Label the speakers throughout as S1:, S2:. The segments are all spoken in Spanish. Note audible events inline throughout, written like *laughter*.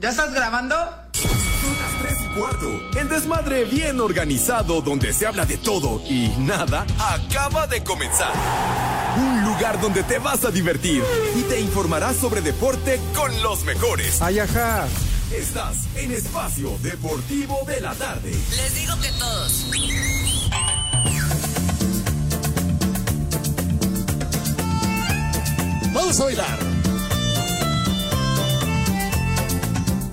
S1: ¿Ya estás grabando?
S2: Las 3 y cuarto. El desmadre bien organizado donde se habla de todo y nada acaba de comenzar. Un lugar donde te vas a divertir y te informarás sobre deporte con los mejores.
S3: Ay, ajá.
S2: Estás en Espacio Deportivo de la Tarde.
S4: Les digo que todos.
S5: Vamos a bailar.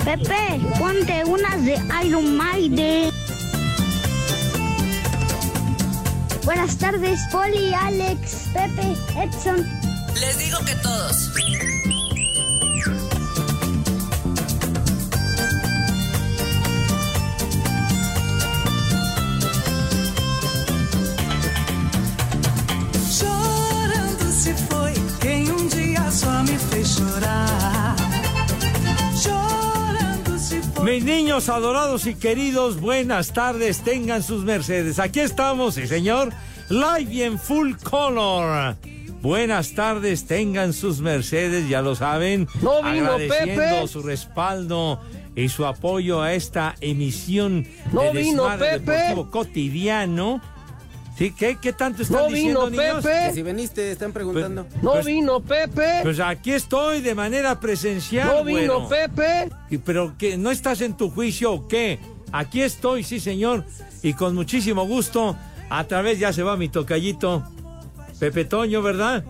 S6: Pepe, ponte unas de Iron Maiden. Buenas tardes, Poli, Alex, Pepe, Edson.
S4: Les digo que todos.
S7: Chorando se foi quem um dia só me fez chorar. Chorando se foi.
S8: Mis niños adorados y queridos, buenas tardes, tengan sus mercedes. Aquí estamos, sí señor, live y en full color. Buenas tardes, tengan sus mercedes, ya lo saben.
S3: No vino
S8: agradeciendo
S3: Pepe.
S8: su respaldo y su apoyo a esta emisión
S3: No
S8: de
S3: vino
S8: Desmadre
S3: Pepe.
S8: Deportivo cotidiano. ¿Sí? ¿Qué, qué tanto están
S3: No
S8: diciendo,
S3: vino
S8: niños?
S3: Pepe.
S9: Que si veniste, están preguntando.
S3: No
S8: Pues-
S3: vino Pepe.
S8: Pues aquí estoy de manera presencial.
S3: no
S8: güero.
S3: vino Pepe.
S8: Y, ¿Pero que no estás en tu juicio o qué? Aquí estoy, sí señor, y con muchísimo gusto. A través ya se va mi tocallito. Pepe Toño, ¿verdad?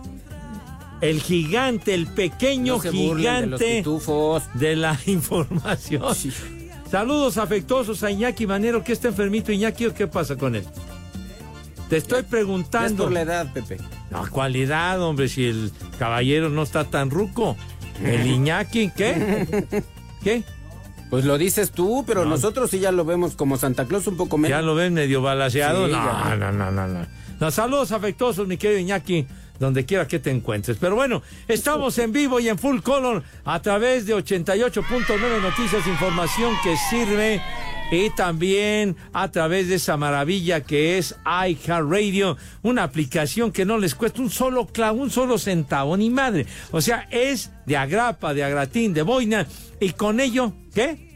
S8: El gigante, el pequeño
S9: no se burlen de los
S8: gigante
S9: pitufos.
S8: de la *laughs* información.
S9: Sí.
S8: Saludos afectuosos a Iñaki Manero, que está enfermito Iñaki o qué pasa con él. Te estoy
S9: Ya Es
S8: preguntando.
S9: por la edad, Pepe.
S8: No, cualidad, hombre, si el caballero no está tan ruco. El Iñaki, ¿qué?
S9: *laughs*
S8: ¿Qué?
S9: Pues lo dices tú, pero
S8: No.
S9: nosotros sí ya lo vemos como Santa Claus un poco menos.
S8: Ya lo ven medio balaseado.
S9: Sí,
S8: no,
S9: ya.
S8: no, no, no, no. No, Saludos afectuosos, mi querido Iñaki, donde quiera que te encuentres. Pero bueno, estamos en vivo y en full color a través de 88.9 Noticias, información que sirve. Y también a través de esa maravilla que es iHeartRadio, una aplicación que no les cuesta un solo clavo, un solo centavo, ni madre. O sea, es de agrapa, de agratín, de boina. Y con ello, ¿qué?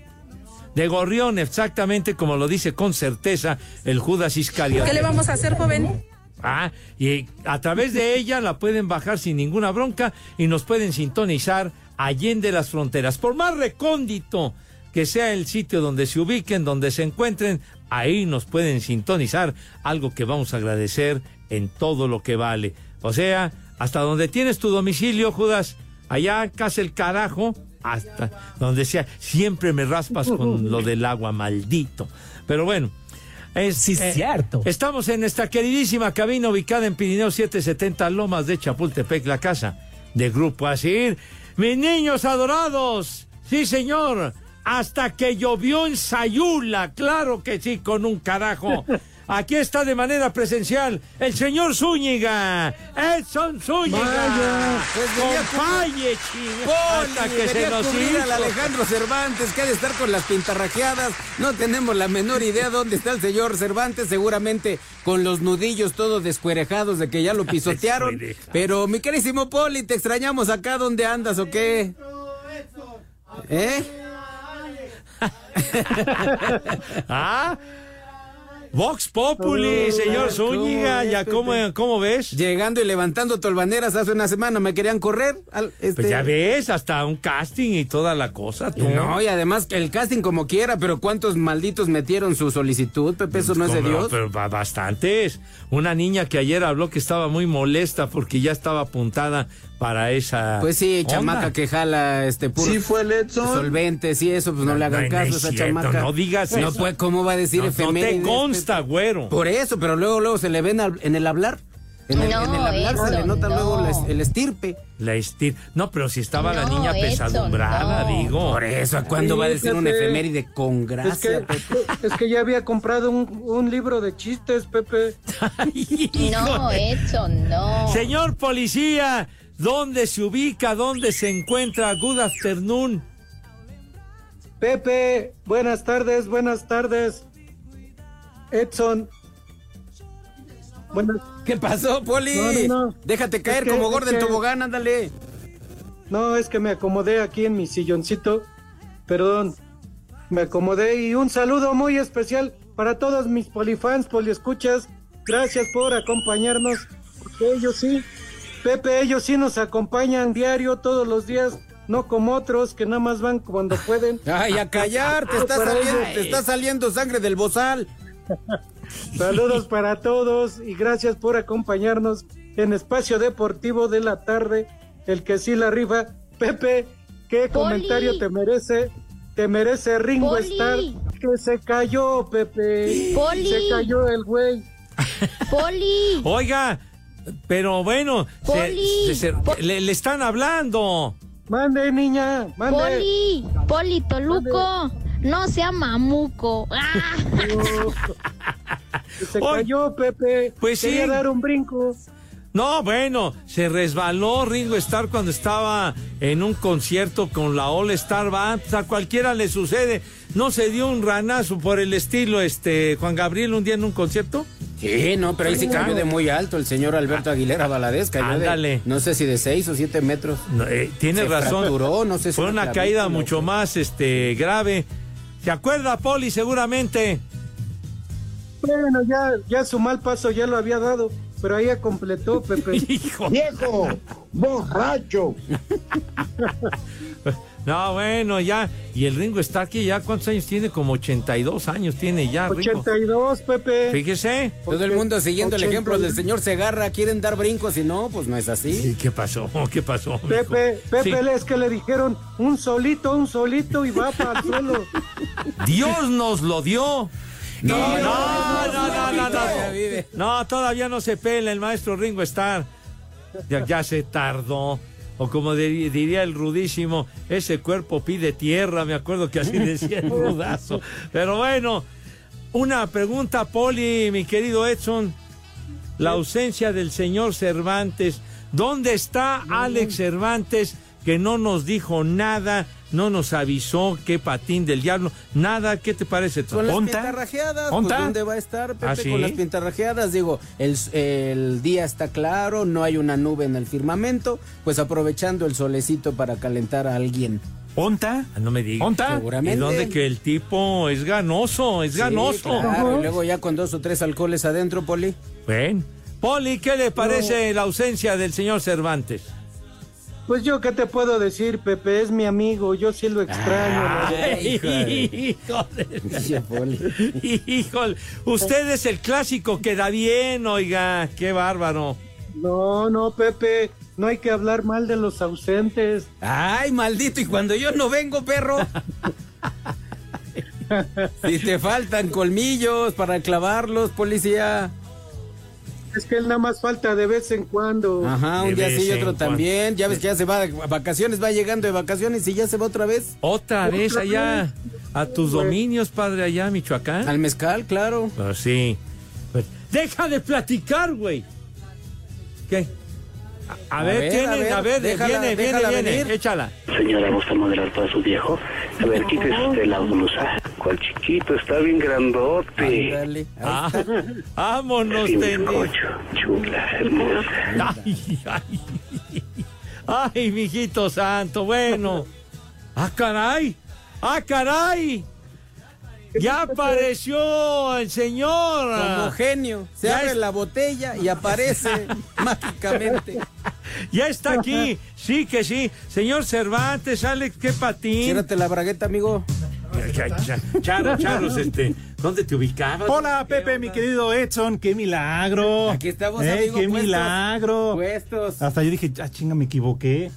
S8: De Gorrión, exactamente como lo dice con certeza el Judas Iscariote.
S4: vamos a hacer, joven?
S8: Ah, y a través de ella la pueden bajar sin ninguna bronca y nos pueden sintonizar allende las fronteras. Por más recóndito que sea el sitio donde se ubiquen, donde se encuentren, ahí nos pueden sintonizar, algo que vamos a agradecer en todo lo que vale. O sea, hasta donde tienes tu domicilio, Judas, allá casi el carajo, hasta donde sea, siempre me raspas con lo del agua, maldito. Pero bueno. Es, Eh,
S10: Sí, cierto.
S8: Estamos en nuestra queridísima cabina ubicada en Pirineo 770 Lomas de Chapultepec, la casa de Grupo Asir. Mis niños adorados, sí señor, hasta que llovió en Sayula, claro que sí, con un
S10: *laughs*
S8: carajo. Aquí está de manera presencial el señor Zúñiga, Edson Zúñiga,
S9: Vaya, pues venía
S8: compañe, ching- hasta
S9: Poli,
S8: que se
S9: venía a
S8: nos
S9: cubrir al
S8: hizo.
S9: Alejandro Cervantes, que ha de estar con las pintarrajeadas. No tenemos la menor idea dónde está el señor Cervantes, seguramente con los nudillos todos descuerejados de que
S8: *laughs*
S9: ya lo pisotearon.
S8: Descuerejado.
S9: Pero mi querísimo Poli, te extrañamos acá, ¿dónde andas o qué? ¿Eh?
S8: *laughs* ¿Ah? Vox Populi, señor Zúñiga, ya cómo, cómo ves?
S9: Llegando y levantando tolvaneras hace una semana, me querían correr. al- este-
S8: Pues ya ves, hasta un casting y toda la cosa, tú.
S9: No, y además que el casting como quiera, pero ¿cuántos malditos metieron su solicitud, Pepe? Eso no es de
S8: Como-
S9: Dios.
S8: Pero ba- bastantes. Una niña que ayer habló que estaba muy molesta porque ya estaba apuntada para esa.
S9: Pues sí,
S8: onda.
S9: chamaca que jala este puro
S3: Sí fue el Edson.
S9: solvente, sí, eso, pues no, le hagan
S8: no, no
S9: caso a
S8: es
S9: esa
S8: cierto,
S9: chamaca.
S8: no digas
S9: No,
S8: eso.
S9: pues, ¿cómo va a decir
S8: No, no te
S9: efemérides,
S8: consta,
S9: Pepe?
S8: güero.
S9: Por eso, pero luego, luego se le ven al- en el hablar. En el,
S6: No,
S9: en el hablar se
S6: eso
S9: le nota luego la es-
S6: no.
S9: el estirpe.
S8: La estir... No, pero si estaba la
S6: No,
S8: niña
S6: Edson,
S8: pesadumbrada,
S6: no.
S8: digo.
S9: Por eso, ¿a cuándo
S3: Sí,
S9: va a decir una
S3: fíjate.
S9: efeméride con
S3: Es que,
S9: gracia? Pepe? *laughs*
S3: es que ya había comprado un, un libro de chistes, Pepe.
S6: No, eso no.
S8: Señor policía, ¿dónde se ubica, dónde se encuentra Good Afternoon?
S3: Pepe, buenas tardes, buenas tardes. Edson. Buenas.
S9: ¿Qué pasó, Poli?
S3: No, no, no.
S9: Déjate caer
S3: que-
S9: como
S3: es
S9: gordo en
S3: que-
S9: tobogán, ándale.
S3: No, es que me acomodé aquí en mi silloncito. perdón, me acomodé y un saludo muy especial para todos mis polifans, poliescuchas. Gracias por acompañarnos, porque ellos sí, Pepe, ellos sí nos acompañan diario, todos los días, no como otros que nada más van cuando pueden.
S9: *laughs* Ay, a callar,
S3: *laughs*
S9: te está,
S3: Para
S9: saliendo,
S3: ellos.
S9: te está saliendo sangre del bozal.
S3: Saludos para todos y gracias por acompañarnos en Espacio Deportivo de la Tarde, el que sí la rifa. Pepe, ¿qué comentario te merece? Te merece Ringo
S6: Poli.
S3: Starr, que se cayó, Pepe.
S6: Poli.
S3: Se cayó el güey.
S6: Poli.
S8: Oiga, pero bueno, se-
S6: Poli.
S8: se- se-
S6: Po-
S8: le, le están hablando.
S3: Mande, niña, mande.
S6: Poli. Poli Toluco. No sea mamuco. Ah.
S3: Se
S8: Oy.
S3: cayó, Pepe.
S8: Pues sí.
S3: Quería dar un brinco.
S8: No, bueno, se resbaló Ringo Starr cuando estaba en un concierto con la All Star Band. A cualquiera le sucede. ¿No se dio un ranazo por el estilo, este, Juan Gabriel, un día en un concierto? Ah,
S9: Sí, no, pero él sí cayó de muy alto. El señor Alberto Aguilera Valadez cayó
S8: Ándale.
S9: de, no sé si de 6 o 7 metros.
S8: No, eh, tiene
S9: Se
S8: razón.
S9: fracturó, no sé si
S8: Fue
S9: una
S8: una caída
S9: clavícula,
S8: mucho
S9: fue.
S8: más este, grave. ¿Se acuerda, Poli? Seguramente.
S3: Bueno, ya, ya su mal paso ya lo había dado, pero ahí ya completó, Pepe.
S8: *laughs* Hijo.
S1: viejo, borracho.
S8: No, bueno, ya. Y el Ringo Starr, que ya cuántos años tiene? Como 82 años tiene ya, Ringo.
S3: 82, Pepe.
S8: Ah, Fíjese.
S9: Todo el mundo siguiendo el
S3: 80.
S9: ejemplo del señor Segarra, quieren dar brincos y no, pues no es así.
S8: ¿Y qué pasó? *laughs* ¿Qué pasó? mijo?
S3: Pepe, Pepe,
S8: Sí.
S3: es que le dijeron un solito, un solito y va
S8: *laughs*
S3: para el suelo.
S8: Dios nos lo dio. No, no, no, no, no, no.
S9: Todavía vive.
S8: No, todavía no se pela el maestro Ringo Starr. Ya, ya se tardó. O como di- diría el rudísimo, ese cuerpo pide tierra. Me acuerdo que así decía
S9: *laughs*
S8: el rudazo. Pero bueno, una pregunta, Poli, mi querido Edson. La ausencia del señor Cervantes. ¿Dónde está Alex Cervantes que no nos dijo nada, no nos avisó qué patín del diablo? Nada, ¿qué te parece? Toño?
S9: Con las
S8: ¿Onta?
S9: pintarrajeadas, pues,
S8: ¿Onta?
S9: ¿dónde va a estar Pepe
S8: ¿Ah, sí?
S9: con las pintarrajeadas? Digo, el, el día está claro, no hay una nube en el firmamento, pues aprovechando el solecito para calentar a alguien.
S5: ¿Onta?
S8: Ah, No me digas.
S5: ¿Onta?
S9: Seguramente.
S8: ¿Y dónde que el tipo es ganoso? Es
S9: Sí,
S8: ganoso.
S9: claro, y luego ya con dos o tres alcoholes adentro, Poli.
S8: Ven. Poli, ¿qué le parece la ausencia del señor Cervantes?
S3: Pues yo qué te puedo decir, Pepe, es mi amigo, yo sí lo extraño. la verdad.
S8: Ay,
S9: híjole. *laughs* Dice
S8: Híjole.
S9: Poli.
S8: *laughs* Híjole. Usted es el clásico que da bien, oiga. Qué bárbaro.
S3: No, no, Pepe, no hay que hablar mal de los ausentes.
S9: Ay, maldito, y cuando yo no vengo, perro.
S8: *laughs*
S9: si te faltan colmillos para clavarlos, policía.
S3: Es que él nada más falta de vez en cuando.
S9: Ajá,
S8: De
S9: un día
S8: vez
S9: sí y
S8: en
S9: otro
S8: cuando.
S9: también. Ya ves que ya se va de vacaciones, va llegando de vacaciones y ya se va otra vez.
S8: Otra vez allá a tus dominios, padre, allá, Michoacán.
S9: Al mezcal, claro.
S8: Pues sí. Pues, deja de platicar, güey. ¿Qué? A, a
S9: A
S8: ver,
S9: ver,
S8: tienen,
S9: a ver,
S8: a ver,
S9: déjala,
S8: viene,
S9: déjala
S8: viene,
S9: venir.
S8: viene. Échala.
S10: Señora, ¿gusta moderar para su viejo? A ver, quítese usted la blusa. ¿Cuál chiquito? Está bien grandote.
S9: Ándale, ahí
S8: Ah,
S9: está.
S8: vámonos,
S10: Y mi
S8: tendido.
S10: cocho, chula, hermosa.
S8: Ay, ay, ay, mijito santo, bueno. ¡Ah, caray! ¡Ah, caray! Ya apareció el
S9: Como
S8: señor.
S9: genio, se
S8: Ya
S9: abre
S8: es-
S9: la botella
S8: *laughs*
S9: y aparece mágicamente.
S8: Ya está aquí. Sí que sí. Señor Cervantes, Alex, qué patín.
S9: Ciérrate la bragueta, amigo.
S8: Cha- cha- Charo, Charos, este, ¿dónde te ubicabas?
S5: Hola, Pepe, mi querido Edson, qué milagro.
S9: Aquí estamos,
S5: Eh,
S9: amigo,
S5: Qué
S9: puestos.
S5: milagro.
S9: Puestos.
S5: Hasta yo dije, ah, chinga, me equivoqué.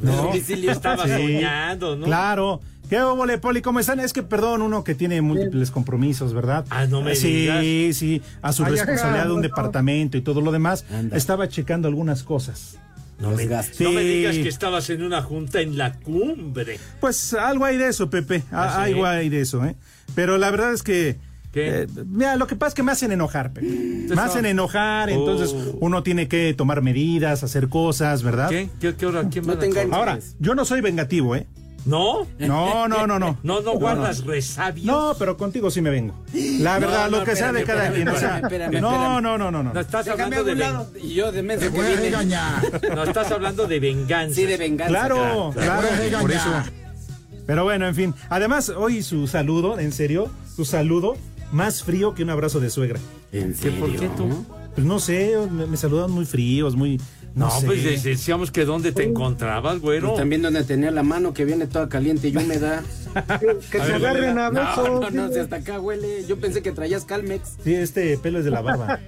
S9: Del domicilio.
S8: Estaba soñando, ¿no?
S5: Claro. ¿Qué hubo, Poli? ¿Cómo están? Es que, perdón, uno que tiene múltiples compromisos, ¿verdad?
S8: Ah, no me
S5: sí,
S8: digas.
S5: Sí, sí, a su
S3: Ay,
S5: responsabilidad de un
S3: ajá.
S5: departamento y todo lo demás.
S9: Anda.
S5: Estaba checando algunas cosas.
S9: No me gastes.
S8: No me
S5: Sí.
S8: digas que estabas en una junta en la cumbre.
S5: Pues algo hay de eso, Pepe. A-
S8: ¿Ah, sí?
S5: Algo hay de eso, ¿eh? Pero la verdad es que.
S8: ¿Qué?
S5: eh, mira, lo que pasa es que me hacen enojar, Pepe. Me hacen enojar, entonces
S8: Oh.
S5: uno tiene que tomar medidas, hacer cosas, ¿verdad?
S8: ¿Qué? ¿Qué, qué hora? ¿Quién
S9: No
S8: van a
S9: te enganches.
S5: Ahora, yo no soy vengativo, ¿eh?
S8: ¿No?
S5: No, no, no, no.
S8: *laughs* No, no guardas resabios.
S5: No, pero contigo sí me vengo. La verdad,
S9: No, no,
S5: lo que sea de
S9: espérame,
S5: cada
S9: espérame,
S5: quien. o sea,
S9: espérame, espérame,
S5: no, no,
S9: espérame.
S5: no, no, no.
S8: No estás
S9: Déjame a
S8: hablando de
S9: un lado. Y yo de menso que viene.
S8: *laughs* ven- no estás hablando de venganza.
S9: Sí, de venganza.
S5: Claro, claro, por eso. Pero bueno, en fin. Además, hoy su saludo, en serio, su saludo más frío que un abrazo de suegra.
S9: ¿En
S8: ¿Qué, ¿Por qué tú?
S5: Pues no sé, me, me saludan muy fríos, muy.
S8: No,
S5: No, sé.
S8: pues de- decíamos que dónde te encontrabas, güero.
S9: Pues también donde tenía la mano que viene toda caliente
S8: *laughs*
S9: y húmeda.
S3: Que
S8: A
S3: se
S8: ver,
S3: agarren a besos.
S9: No, no, no, si hasta acá huele. Yo pensé que traías Calmex.
S5: Sí, este pelo es de la barba.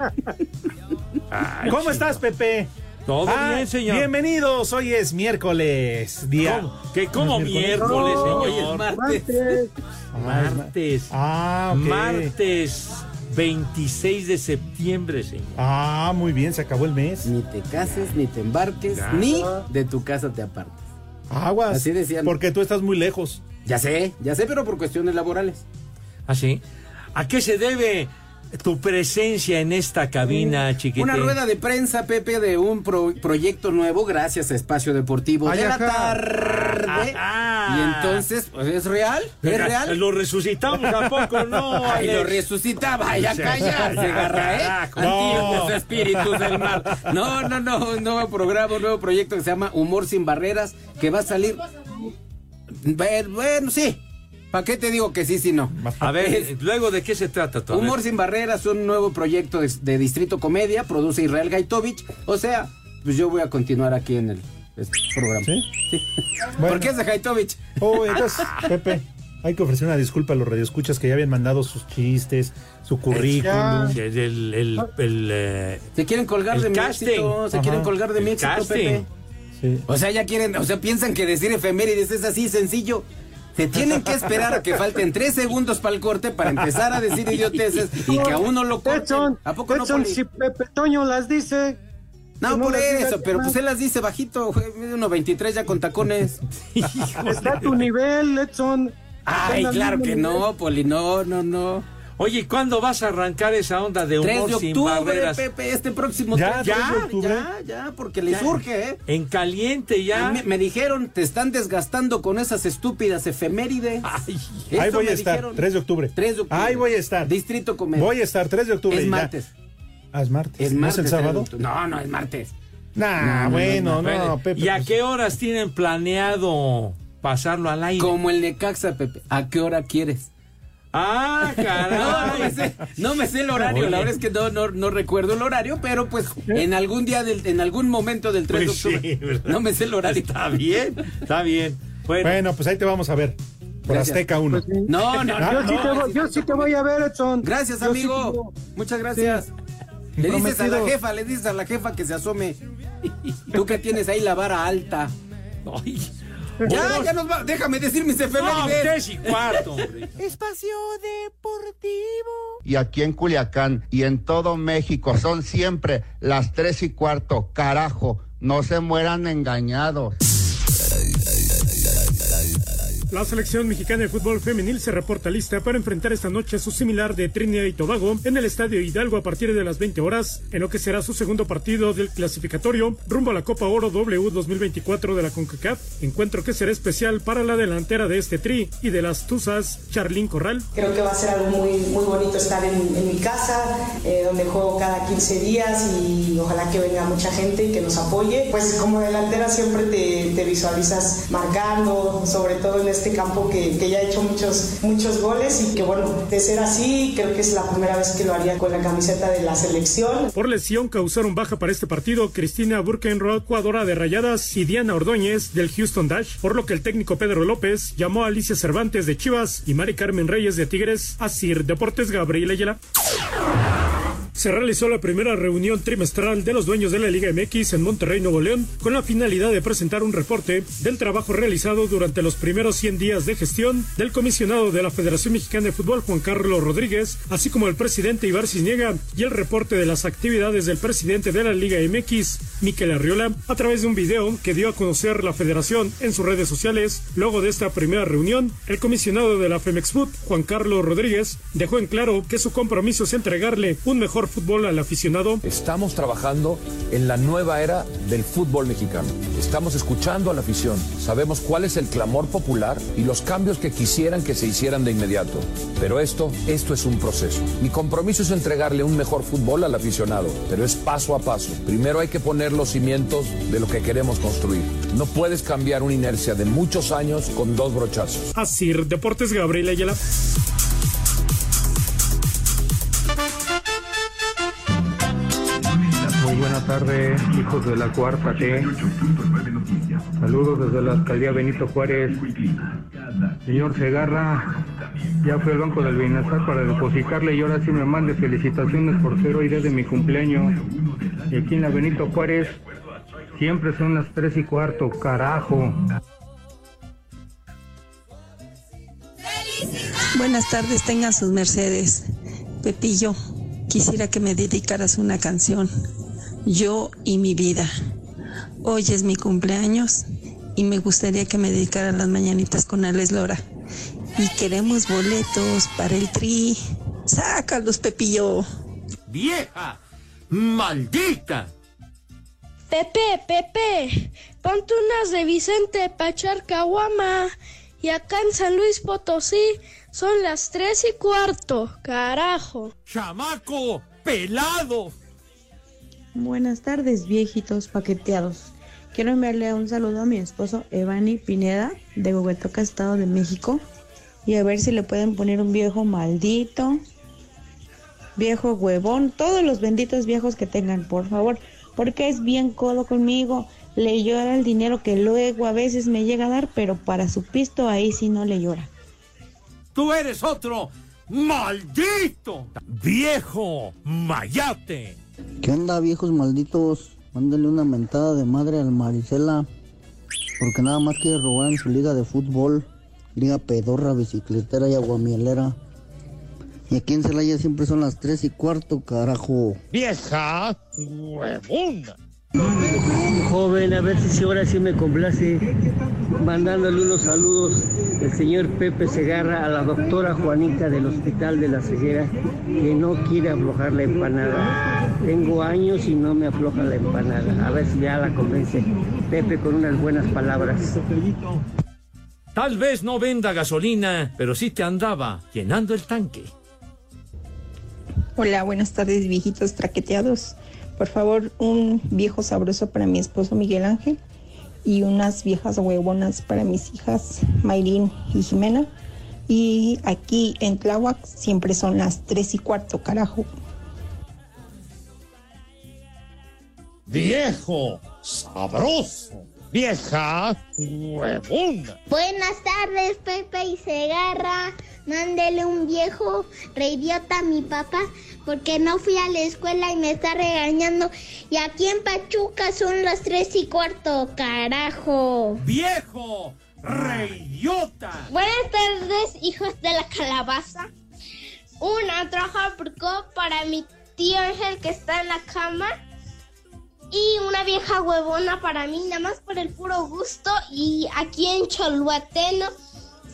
S8: Ay,
S5: ¿Cómo
S8: chico.
S5: estás, Pepe? Ah,
S8: Todo bien, señor.
S5: Bienvenidos, hoy es miércoles, día.
S8: ¿Cómo? ¿Qué, cómo
S5: ¿No es
S8: miércoles,
S3: No,
S9: Hoy es
S8: señor?
S9: martes.
S3: Martes.
S8: Martes.
S5: Ah, ok.
S8: Martes 26 de septiembre, señor.
S5: Ah, muy bien, se acabó el mes.
S9: Ni te cases, ni te embarques,
S8: Ya.
S9: ni de tu casa te apartes.
S5: Aguas.
S9: Así decían.
S5: Porque tú estás muy lejos.
S9: Ya sé, ya sé, pero por cuestiones laborales.
S8: ¿Así? ¿A qué se debe tu presencia en esta cabina, chiquitín?
S9: Una rueda de prensa, Pepe, de un pro- proyecto nuevo gracias a Espacio Deportivo
S5: Ay,
S9: de la
S5: ajá.
S9: tarde.
S8: Ajá.
S9: Y entonces, pues, ¿es real? ¿Es
S8: Venga,
S9: real?
S8: Lo resucitamos, ¿a poco no?
S9: *laughs* Ay, lo
S8: Alex?
S9: resucita, vaya
S8: Sí. Ah,
S9: callarse, garra, ¿eh?
S8: Carajo.
S9: Antiguos espíritus del mal. No, no, no, un nuevo programa, un nuevo proyecto que se llama Humor sin Barreras, que va a salir. Bueno, bueno, sí. ¿Para qué te digo que sí, si no?
S8: A ver, luego de qué se trata todo.
S9: Humor sin barreras, un nuevo proyecto de, de Distrito Comedia, produce Israel Gaitovich. O sea, pues yo voy a continuar aquí en el este programa.
S5: ¿Sí?
S9: *laughs* ¿Por qué es de Gaitovich?
S5: Oh, entonces, Pepe, hay que ofrecer una disculpa a los radioescuchas que ya habían mandado sus chistes, su currículum.
S8: El, el- el-
S9: Ah.
S8: el, eh,
S9: Se quieren colgar
S8: El
S9: de mi
S8: casting.
S9: éxito, se
S5: Ajá.
S9: quieren colgar de mi
S8: El
S9: éxito,
S8: casting.
S9: Pepe.
S5: Sí.
S9: O sea, ya quieren, o sea, piensan que decir efemérides es así sencillo. Se tienen que esperar a que falten tres segundos para el corte para empezar a decir idioteces y que a uno lo corten.
S3: Edson,
S9: ¿A poco no,
S3: Edson,
S9: Poli?
S3: si Pepe Toño las dice.
S9: No,
S3: que no
S9: por
S3: las diga
S9: eso,
S3: alguien
S9: pero
S3: más.
S9: pues él las dice bajito, güey, mide 1.23 ya con
S3: *laughs*
S9: tacones.
S3: Está a tu nivel, Edson.
S9: Ay,
S3: Están al
S9: claro
S3: mismo
S9: que
S3: nivel.
S9: no, Poli, no, no, no.
S8: Oye, ¿y ¿cuándo vas a arrancar esa onda de
S9: 3
S8: humor
S9: de
S8: sin
S9: octubre,
S8: barreras?
S9: Pepe, este próximo
S5: Ya,
S9: 3 de
S5: ya,
S9: octubre.
S5: octubre.
S9: ya, ya, porque le surge, ¿eh?
S8: En caliente ya.
S9: Me, me dijeron, te están desgastando con esas estúpidas efemérides.
S8: Ay,
S5: Ahí
S9: Eso
S5: voy
S9: me
S5: a estar,
S9: dijeron.
S5: 3 de octubre.
S9: 3 de octubre.
S5: Ahí voy a estar.
S9: Distrito Comedia.
S5: Voy a estar 3 de octubre.
S9: Es
S5: ya.
S9: martes.
S5: Ah, es martes.
S9: Es
S5: ¿No
S9: martes.
S5: el sábado?
S9: tres de octubre. No, no, es martes.
S5: Nah,
S9: No, no,
S5: bueno, no,
S8: espere.
S5: Pepe.
S8: ¿Y a
S5: pues,
S8: qué horas tienen planeado pasarlo al aire?
S9: Como el Necaxa, Pepe. ¿A qué hora quieres?
S8: Ah,
S9: *laughs* No, no me
S8: caray.
S9: sé, no me sé el horario.
S8: Oye.
S9: La verdad es que no, no, no recuerdo el horario, pero pues en algún día, del, en algún momento del 3
S8: Pues sí,
S9: de octubre.
S8: ¿verdad?
S9: no me sé el horario.
S8: Está bien, está bien. Bueno,
S5: Bueno, pues ahí te vamos a ver. Por
S9: Gracias.
S5: Azteca Ah, 1.
S3: Pues sí.
S9: No, no, no.
S3: Yo sí,
S9: no,
S3: te, voy,
S9: Distrito
S3: yo sí te voy a ver, Edson.
S9: Gracias,
S3: Yo sí te
S9: amigo.
S3: voy.
S9: Muchas gracias. Le dices a la
S3: Prometido.
S9: jefa, le dices a la jefa que se asome. Tú que tienes ahí la vara alta.
S8: ay.
S9: Ya, ya nos va. Déjame decir mis
S8: No,
S9: efemérides.
S8: tres y cuarto, hombre.
S1: Y aquí en Culiacán y en todo México son siempre las tres y cuarto. Carajo, no se mueran engañados.
S11: La selección mexicana de fútbol femenil se reporta lista para enfrentar esta noche a su similar de Trinidad y Tobago en el Estadio Hidalgo a partir de las 20 horas, en lo que será su segundo partido del clasificatorio rumbo a la Copa Oro W 2024 de la CONCACAF, encuentro que será especial para la delantera de este tri y de las Tuzas, Charlín Corral.
S7: Creo que va a ser algo muy, muy bonito estar en, en mi casa, eh, donde juego cada 15 días y ojalá que venga mucha gente y que nos apoye. Pues como delantera siempre te, te visualizas marcando, sobre todo en este campo que, que ya he hecho muchos, muchos goles y que bueno, de ser así, creo que es la primera vez que lo haría con la camiseta de la selección.
S11: Por lesión causaron baja para este partido Cristina Burkenroth, jugadora de Rayadas, y Diana Ordóñez del Houston Dash, por lo que el técnico Pedro López llamó a Alicia Cervantes de Chivas y Mari Carmen Reyes de Tigres a Sir Deportes Gabriel Ayala. Se realizó la primera reunión trimestral de los dueños de la Liga MX en Monterrey, Nuevo León, con la finalidad de presentar un reporte del trabajo realizado durante los primeros 100 días de gestión del comisionado de la Federación Mexicana de Fútbol, Juan Carlos Rodríguez, así como el presidente Ibar Cisniega y el reporte de las actividades del presidente de la Liga MX, Miquel Arriola, a través de un video que dio a conocer la federación en sus redes sociales. Luego de esta primera reunión, el comisionado de la Femex Food, Juan Carlos Rodríguez, dejó en claro que su compromiso es entregarle un mejor fútbol al aficionado.
S12: Estamos trabajando en la nueva era del fútbol mexicano. Estamos escuchando a la afición. Sabemos cuál es el clamor popular y los cambios que quisieran que se hicieran de inmediato. Pero esto, esto es un proceso. Mi compromiso es entregarle un mejor fútbol al aficionado, pero es paso a paso. Primero hay que poner los cimientos de lo que queremos construir. No puedes cambiar una inercia de muchos años con dos brochazos.
S11: Así, Deportes Gabriel Ayala.
S13: Muy buena tarde, hijos de la cuarta T. Saludos desde la alcaldía Benito Juárez. Señor Segarra, ya fui al Banco del Bienestar para depositarle y ahora sí me mande felicitaciones por ser hoy día de mi cumpleaños. Y aquí en la Benito Juárez siempre son las tres y cuarto, carajo.
S14: Buenas tardes, tengan sus mercedes. Pepillo, quisiera que me dedicaras una canción. Yo y mi vida. Hoy es mi cumpleaños y me gustaría que me dedicaran las mañanitas con Alex Lora. Y queremos boletos para el tri. Sácalos, Pepillo.
S15: ¡Vieja! ¡Maldita!
S16: Pepe, Pepe, ponte unas de Vicente Pachar Caguama. Y acá en San Luis Potosí son las tres y cuarto. Carajo.
S15: ¡Chamaco! ¡Pelado!
S17: Buenas tardes, viejitos paqueteados. Quiero enviarle un saludo a mi esposo Evani Pineda de Huehuetoca, Estado de México. Y a ver si le pueden poner un viejo maldito, viejo huevón, todos los benditos viejos que tengan, por favor. Porque es bien codo conmigo. Le llora el dinero que luego a veces me llega a dar, pero para su pisto ahí sí no le llora.
S15: ¡Tú eres otro! ¡Maldito! ¡Viejo! ¡Mayate!
S18: ¿Qué onda, viejos malditos? Mándale una mentada de madre al Marisela. Porque nada más quiere robar en su liga de fútbol. Liga pedorra, bicicletera y aguamielera. Y aquí en Celaya siempre son las 3 y cuarto, carajo.
S19: ¡Vieja huevona!
S20: Joven, a ver si ahora sí me complace, mandándole unos saludos el señor Pepe Segarra a la doctora Juanita del Hospital de la Ceguera, que no quiere aflojar la empanada. Tengo años y no me afloja la empanada. A ver si ya la convence Pepe con unas buenas palabras.
S8: Tal vez no venda gasolina, pero sí te andaba llenando el tanque.
S21: Hola, buenas tardes, viejitos traqueteados. Por favor, un viejo sabroso para mi esposo Miguel Ángel y unas viejas huevonas para mis hijas Mayrín y Jimena. Y aquí en Tláhuac siempre son las tres y cuarto, carajo.
S19: ¡Viejo! ¡Sabroso! ¡Vieja huevona!
S22: Buenas tardes, Pepe y Segarra. Mándele un viejo reidiota a mi papá porque no fui a la escuela y me está regañando. Y aquí en Pachuca son las tres y cuarto, carajo.
S15: ¡Viejo! ¡Reyota!
S22: Buenas tardes, hijos de la calabaza. Una troja burcó para mi tío Ángel que está en la cama. Y una vieja huevona para mí, nada más por el puro gusto. Y aquí en Cholhuateno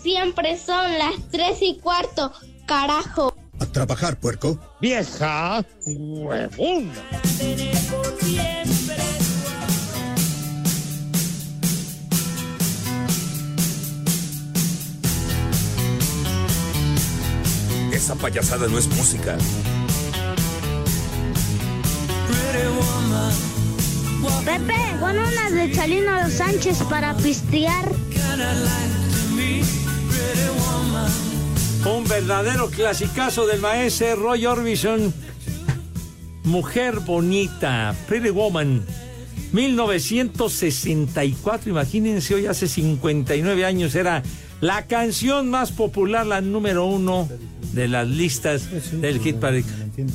S22: siempre son las tres y cuarto, carajo.
S23: A trabajar, puerco.
S19: ¡Vieja huevona!
S2: Esa payasada no es música.
S24: Pepe, pon unas de Chalino Sánchez para pistear.
S8: Un verdadero clasicazo del maestro Roy Orbison. Mujer bonita, Pretty Woman, 1964. Imagínense, hoy hace 59 años era la canción más popular, la número uno de las listas del hit parade.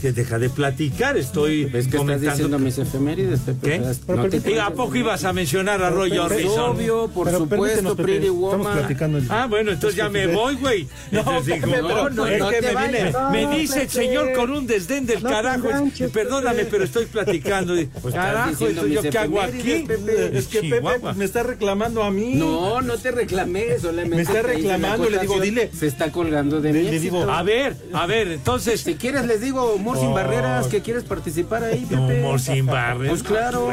S8: Que Deja de platicar, estoy
S9: Es que estás diciendo mis efemérides, Pepe.
S8: ¿Qué?
S9: Estás-
S8: Pero
S9: no te-
S8: permíteme- ¿A poco ibas a mencionar a Roy
S9: Pero
S8: Orbison?
S9: obvio, por Pero supuesto, permítenos, Pepe, Pretty Woman. estamos platicando el-
S8: Ah, bueno, entonces ya me voy, güey.
S9: *laughs* No,
S8: Entonces
S9: Pepe,
S8: digo,
S9: pero no,
S8: es
S9: no
S8: que
S9: te
S8: me, viene-
S9: vayas.
S8: me
S9: No,
S8: dice el
S9: Pepe.
S8: señor con un desdén del
S9: No te
S8: carajo.
S9: enganches,
S8: Perdóname,
S9: Pepe.
S8: pero estoy platicando.
S9: estás
S8: carajo,
S9: diciendo
S8: entonces yo
S9: mis
S8: qué hago aquí.
S9: efemérides, Pepe.
S5: Es que Pepe
S8: Chihuahua.
S5: me está reclamando a mí.
S9: No, no te reclamé, solamente.
S5: Me está
S9: te hice una
S5: reclamando, le digo,
S9: acotación.
S5: dile.
S9: Se está colgando de mí.
S8: a ver, a ver, entonces.
S9: Si quieres, les digo Humor sin barreras, que quieres participar ahí, Pepe.
S8: Humor
S9: *laughs*
S8: sin barreras.
S9: Pues claro.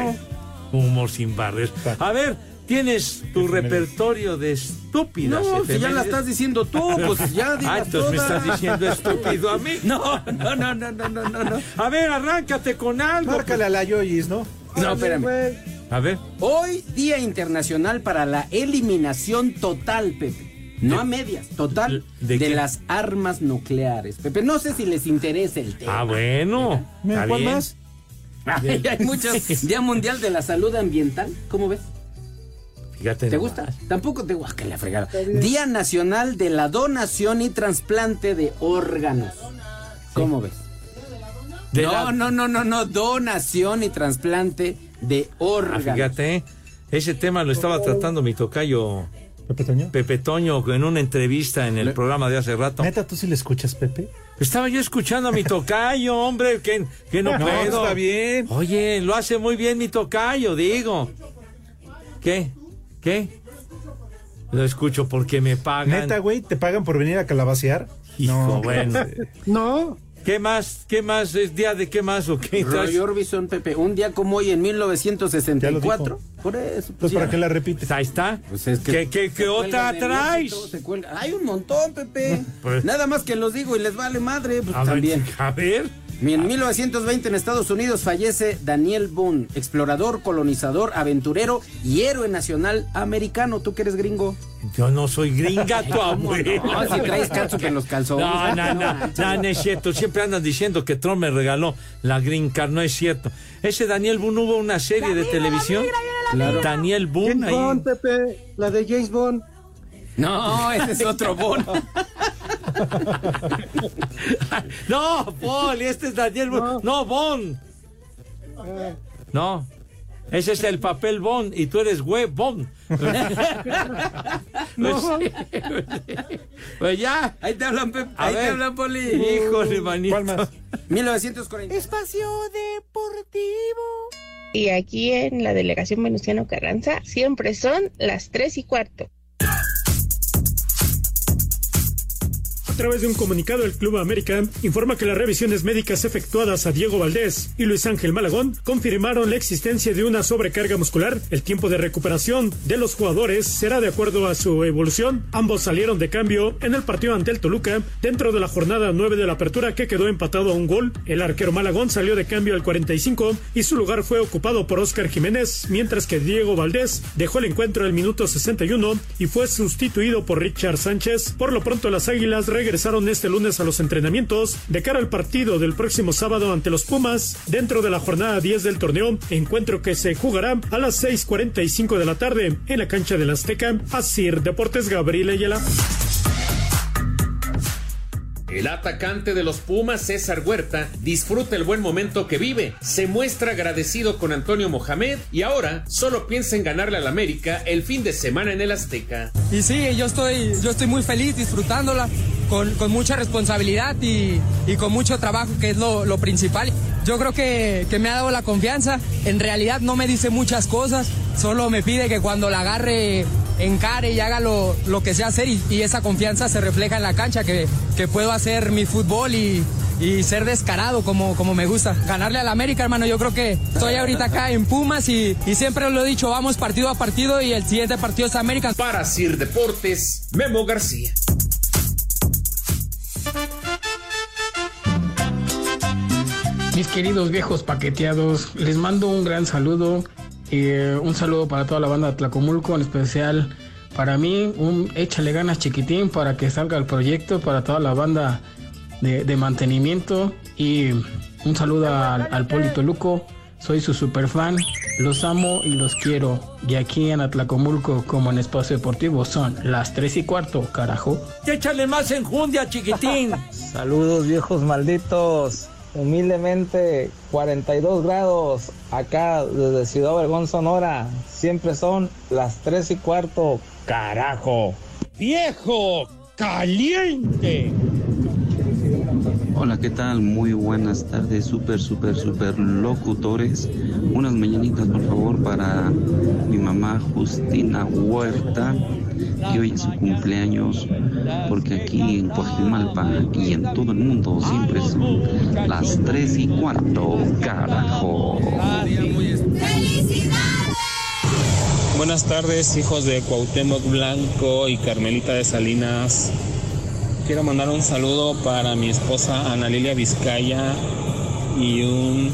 S8: Humor sin barreras. A ver, tienes tu repertorio de estúpidas.
S9: No, si ya la
S8: efemérides.
S9: estás diciendo tú, pues ya digas
S8: *laughs* Ah, entonces me
S9: todas.
S8: estás diciendo estúpido a mí.
S9: *laughs* No, no, no, no, no, no, no.
S8: A ver, arráncate con algo. pues.
S9: Márcale a la Yoyis, ¿no? No, espérame.
S8: A ver.
S9: Hoy, Día Internacional para la Eliminación Total, Pepe. No
S8: ¿De-
S9: a medias, total
S8: de
S9: de,
S8: qué?
S9: las armas nucleares. Pepe, no sé si les interesa el tema.
S8: Ah, bueno. Está
S9: ¿Cuál
S8: bien.
S9: más? Ay, Ah, hay *laughs* muchas. Día Mundial de la Salud Ambiental, ¿cómo ves?
S8: Fíjate.
S9: ¿Te
S8: nomás.
S9: gusta? Tampoco te gusta que la fregada. Día Nacional de la Donación y Transplante de Órganos. ¿Cómo ves?
S8: De
S9: no,
S8: la-
S9: no, no, no,
S8: *laughs*
S9: no, donación y trasplante de
S8: Ah,
S9: órganos.
S8: fíjate, ¿eh? ese tema lo estaba tratando mi tocayo. ¿Pepe Toño? Pepe Toño en una entrevista en el programa de hace rato.
S5: Neta, tú sí le escuchas, Pepe.
S8: Estaba yo escuchando a mi tocayo, hombre, que, que no,
S5: No,
S8: puedo.
S5: está
S8: bien. Oye, lo hace muy bien mi tocayo, digo. ¿Qué? ¿Qué? Lo escucho porque me pagan.
S5: Neta, güey, ¿te pagan por venir a calabacear?
S8: Hijo, bueno.
S9: No.
S8: ¿Qué más? ¿Qué más? ¿Es día de qué más o qué?
S9: Roy Orbison, Pepe, un día como hoy en 1964. Por eso. pues, ya.
S8: repites? Ahí está. ¿Qué, qué, qué
S9: Pues Se cuelgan
S8: otra
S9: de
S8: traes?
S9: viejito, se cuelgan. Hay un montón, Pepe.
S8: Pues-
S9: Nada más que los digo y les vale madre. Pues,
S8: A ver,
S9: también.
S8: a ver.
S9: En 1920 en Estados Unidos fallece Daniel Boone, explorador, colonizador, aventurero y héroe nacional americano. ¿Tú que eres gringo?
S8: Yo no soy
S9: *laughs*
S8: gringa, tu
S9: ¿Cómo
S8: abuela.
S9: No, si traes catsup en los calzones.
S8: No, no, no, no, no es cierto. Siempre andan diciendo que Trump me regaló la green card. No es cierto. Ese Daniel Boone hubo una serie de televisión.
S3: Claro.
S8: Daniel Boone.
S3: James
S8: ahí-
S3: Bond, Pepe, la de James Bond.
S9: No, ese es otro Bono.
S8: *laughs* No, Paul, este es Daniel Boone. No, Boone. No. Ese es el papel Bond y tú eres güey Bond.
S9: No.
S8: Pues, pues ya.
S9: Ahí te hablan, Pepe.
S8: A
S9: Ahí
S8: ver.
S9: te hablan, Poli.
S8: Híjole, manito. Uh, ¿Cuál más?
S9: 1940. Espacio
S4: Deportivo. Y aquí en la delegación Venustiano Carranza siempre son las tres y cuarto.
S11: A través de un comunicado, el Club América informa que las revisiones médicas efectuadas a Diego Valdés y Luis Ángel Malagón confirmaron la existencia de una sobrecarga muscular. El tiempo de recuperación de los jugadores será de acuerdo a su evolución. Ambos salieron de cambio en el partido ante el Toluca dentro de la jornada 9 de la apertura que quedó empatado a un gol. El arquero Malagón salió de cambio al 45 y su lugar fue ocupado por Óscar Jiménez, mientras que Diego Valdés dejó el encuentro al minuto 61 y fue sustituido por Richard Sánchez. Por lo pronto, las Águilas regresaron este lunes a los entrenamientos de cara al partido del próximo sábado ante los Pumas dentro de la jornada 10 del torneo, encuentro que se jugará a las 6:45 de la tarde en la cancha del Azteca. Asir Deportes Gabriel Ayala.
S6: El atacante de los Pumas, César Huerta, disfruta el buen momento que vive, se muestra agradecido con Antonio Mohamed y ahora solo piensa en ganarle al América el fin de semana en el Azteca.
S10: Y sí, yo estoy, yo estoy muy feliz disfrutándola con, con mucha responsabilidad y, y con mucho trabajo, que es lo, lo principal. Yo creo que, que me ha dado la confianza. En realidad no me dice muchas cosas, solo me pide que cuando la agarre, encare y haga lo, lo que sea hacer. Y, y esa confianza se refleja en la cancha, que, que puedo hacer mi fútbol y, y ser descarado como, como me gusta. Ganarle al América, hermano, yo creo que estoy ahorita acá en Pumas y, y siempre lo he dicho, vamos partido a partido y el siguiente partido es América.
S6: Para Sir Deportes, Memo García.
S23: Mis queridos viejos paqueteados, les mando un gran saludo, eh, un saludo para toda la banda de Tlacomulco, en especial para mí, un échale ganas chiquitín para que salga el proyecto, para toda la banda de, de mantenimiento y un saludo al, al Poli Toluco, soy su superfan, los amo y los quiero. Y aquí en Atlacomulco, como en Espacio Deportivo, son las 3 y cuarto, carajo.
S8: Échale más enjundia,
S25: *laughs*
S8: chiquitín.
S26: Saludos viejos malditos. Humildemente 42 grados acá desde Ciudad Obregón, Sonora. Siempre son las 3 y cuarto. Carajo.
S19: Viejo caliente.
S1: Hola, ¿qué tal? Muy buenas tardes, super, super, super locutores. Unas mañanitas, por favor, para mi mamá Justina Huerta, que hoy es su cumpleaños, porque aquí en Coajimalpa y en todo el mundo siempre son las tres y cuarto, carajo.
S9: Ah,
S7: Buenas tardes, hijos de Cuauhtémoc Blanco y Carmelita de Salinas. Quiero mandar un saludo para mi esposa Ana Lilia Vizcaya y un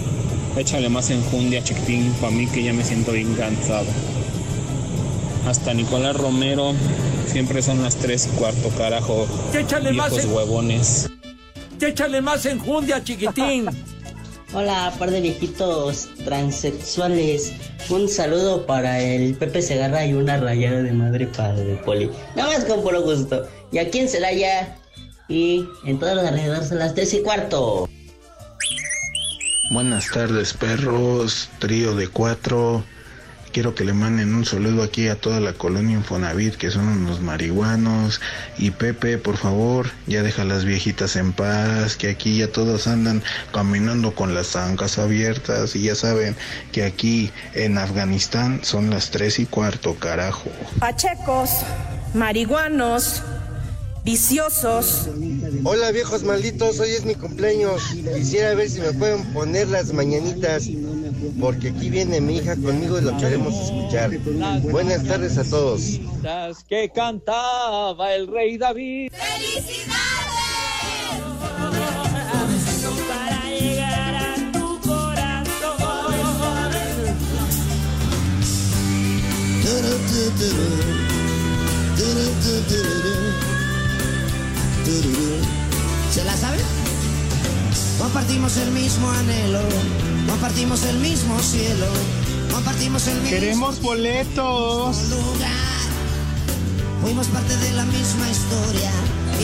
S7: échale más enjundia, chiquitín, para mí que ya me siento bien cansado. Hasta Nicolás Romero, siempre son las tres y cuarto, carajo.
S8: Échale más eh.
S7: viejos
S8: en-
S7: huevones.
S8: Échale más
S25: *laughs*
S8: enjundia, chiquitín.
S12: Hola, par de viejitos transexuales. Un saludo para el Pepe Segarra y una rayada de madre para el poli. Nada más con puro gusto. Y aquí en Celaya y en todos los alrededores son las tres y cuarto.
S13: Buenas tardes, perros, trío de cuatro. Quiero que le manden un saludo aquí a toda la colonia Infonavit, que son unos marihuanos. Y Pepe, por favor, ya deja a las viejitas en paz, que aquí ya todas andan caminando con las zancas abiertas. Y ya saben que aquí en Afganistán son las tres y cuarto, carajo.
S14: Pachecos, marihuanos, viciosos.
S27: Hola viejos malditos, hoy es mi cumpleaños. Quisiera ver si me pueden poner las mañanitas, porque aquí viene mi hija conmigo y lo queremos escuchar. Buenas tardes a todos.
S25: que cantaba el rey David.
S28: ¿Se la sabe? Compartimos el mismo anhelo, compartimos el mismo cielo, compartimos el mismo
S29: Queremos
S28: boletos. lugar. Fuimos parte de la misma historia,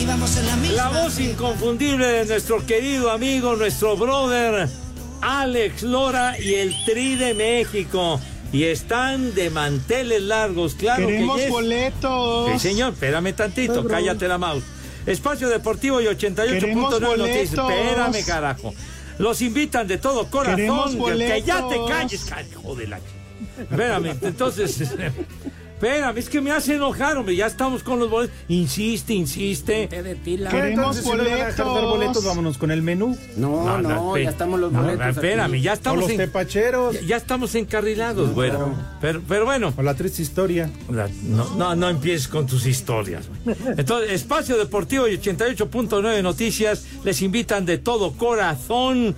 S28: íbamos en la misma.
S8: La voz inconfundible de nuestro querido amigo, nuestro brother, Alex Lora y el Tri de México. Y están de manteles largos, claro
S29: Queremos
S8: que yes.
S29: boletos.
S8: Sí, señor, espérame tantito,
S29: Perdón.
S8: cállate la mouse. Espacio Deportivo y
S29: Queremos
S8: 88.9 Noticias.
S29: boletos.
S8: Espérame, carajo. Los invitan de todo
S29: Queremos
S8: corazón. Que ya te
S29: boletos.
S8: calles, carajo de la... Espérame, entonces... Espérame, es que me hace enojar, hombre. Ya estamos con los boletos. Insiste, insiste.
S5: Queremos
S8: por
S5: boletos. boletos. Vámonos con el menú.
S8: No, no, no, ya pe- estamos los no, boletos espérame, aquí. ya estamos
S5: O los
S8: en-
S5: tepacheros.
S8: Ya, ya estamos encarrilados, güey. Pero, pero bueno.
S5: O la triste historia.
S8: No, no, no empieces con tus historias. güey. Entonces, Espacio Deportivo y 88.9 Noticias les invitan de todo corazón.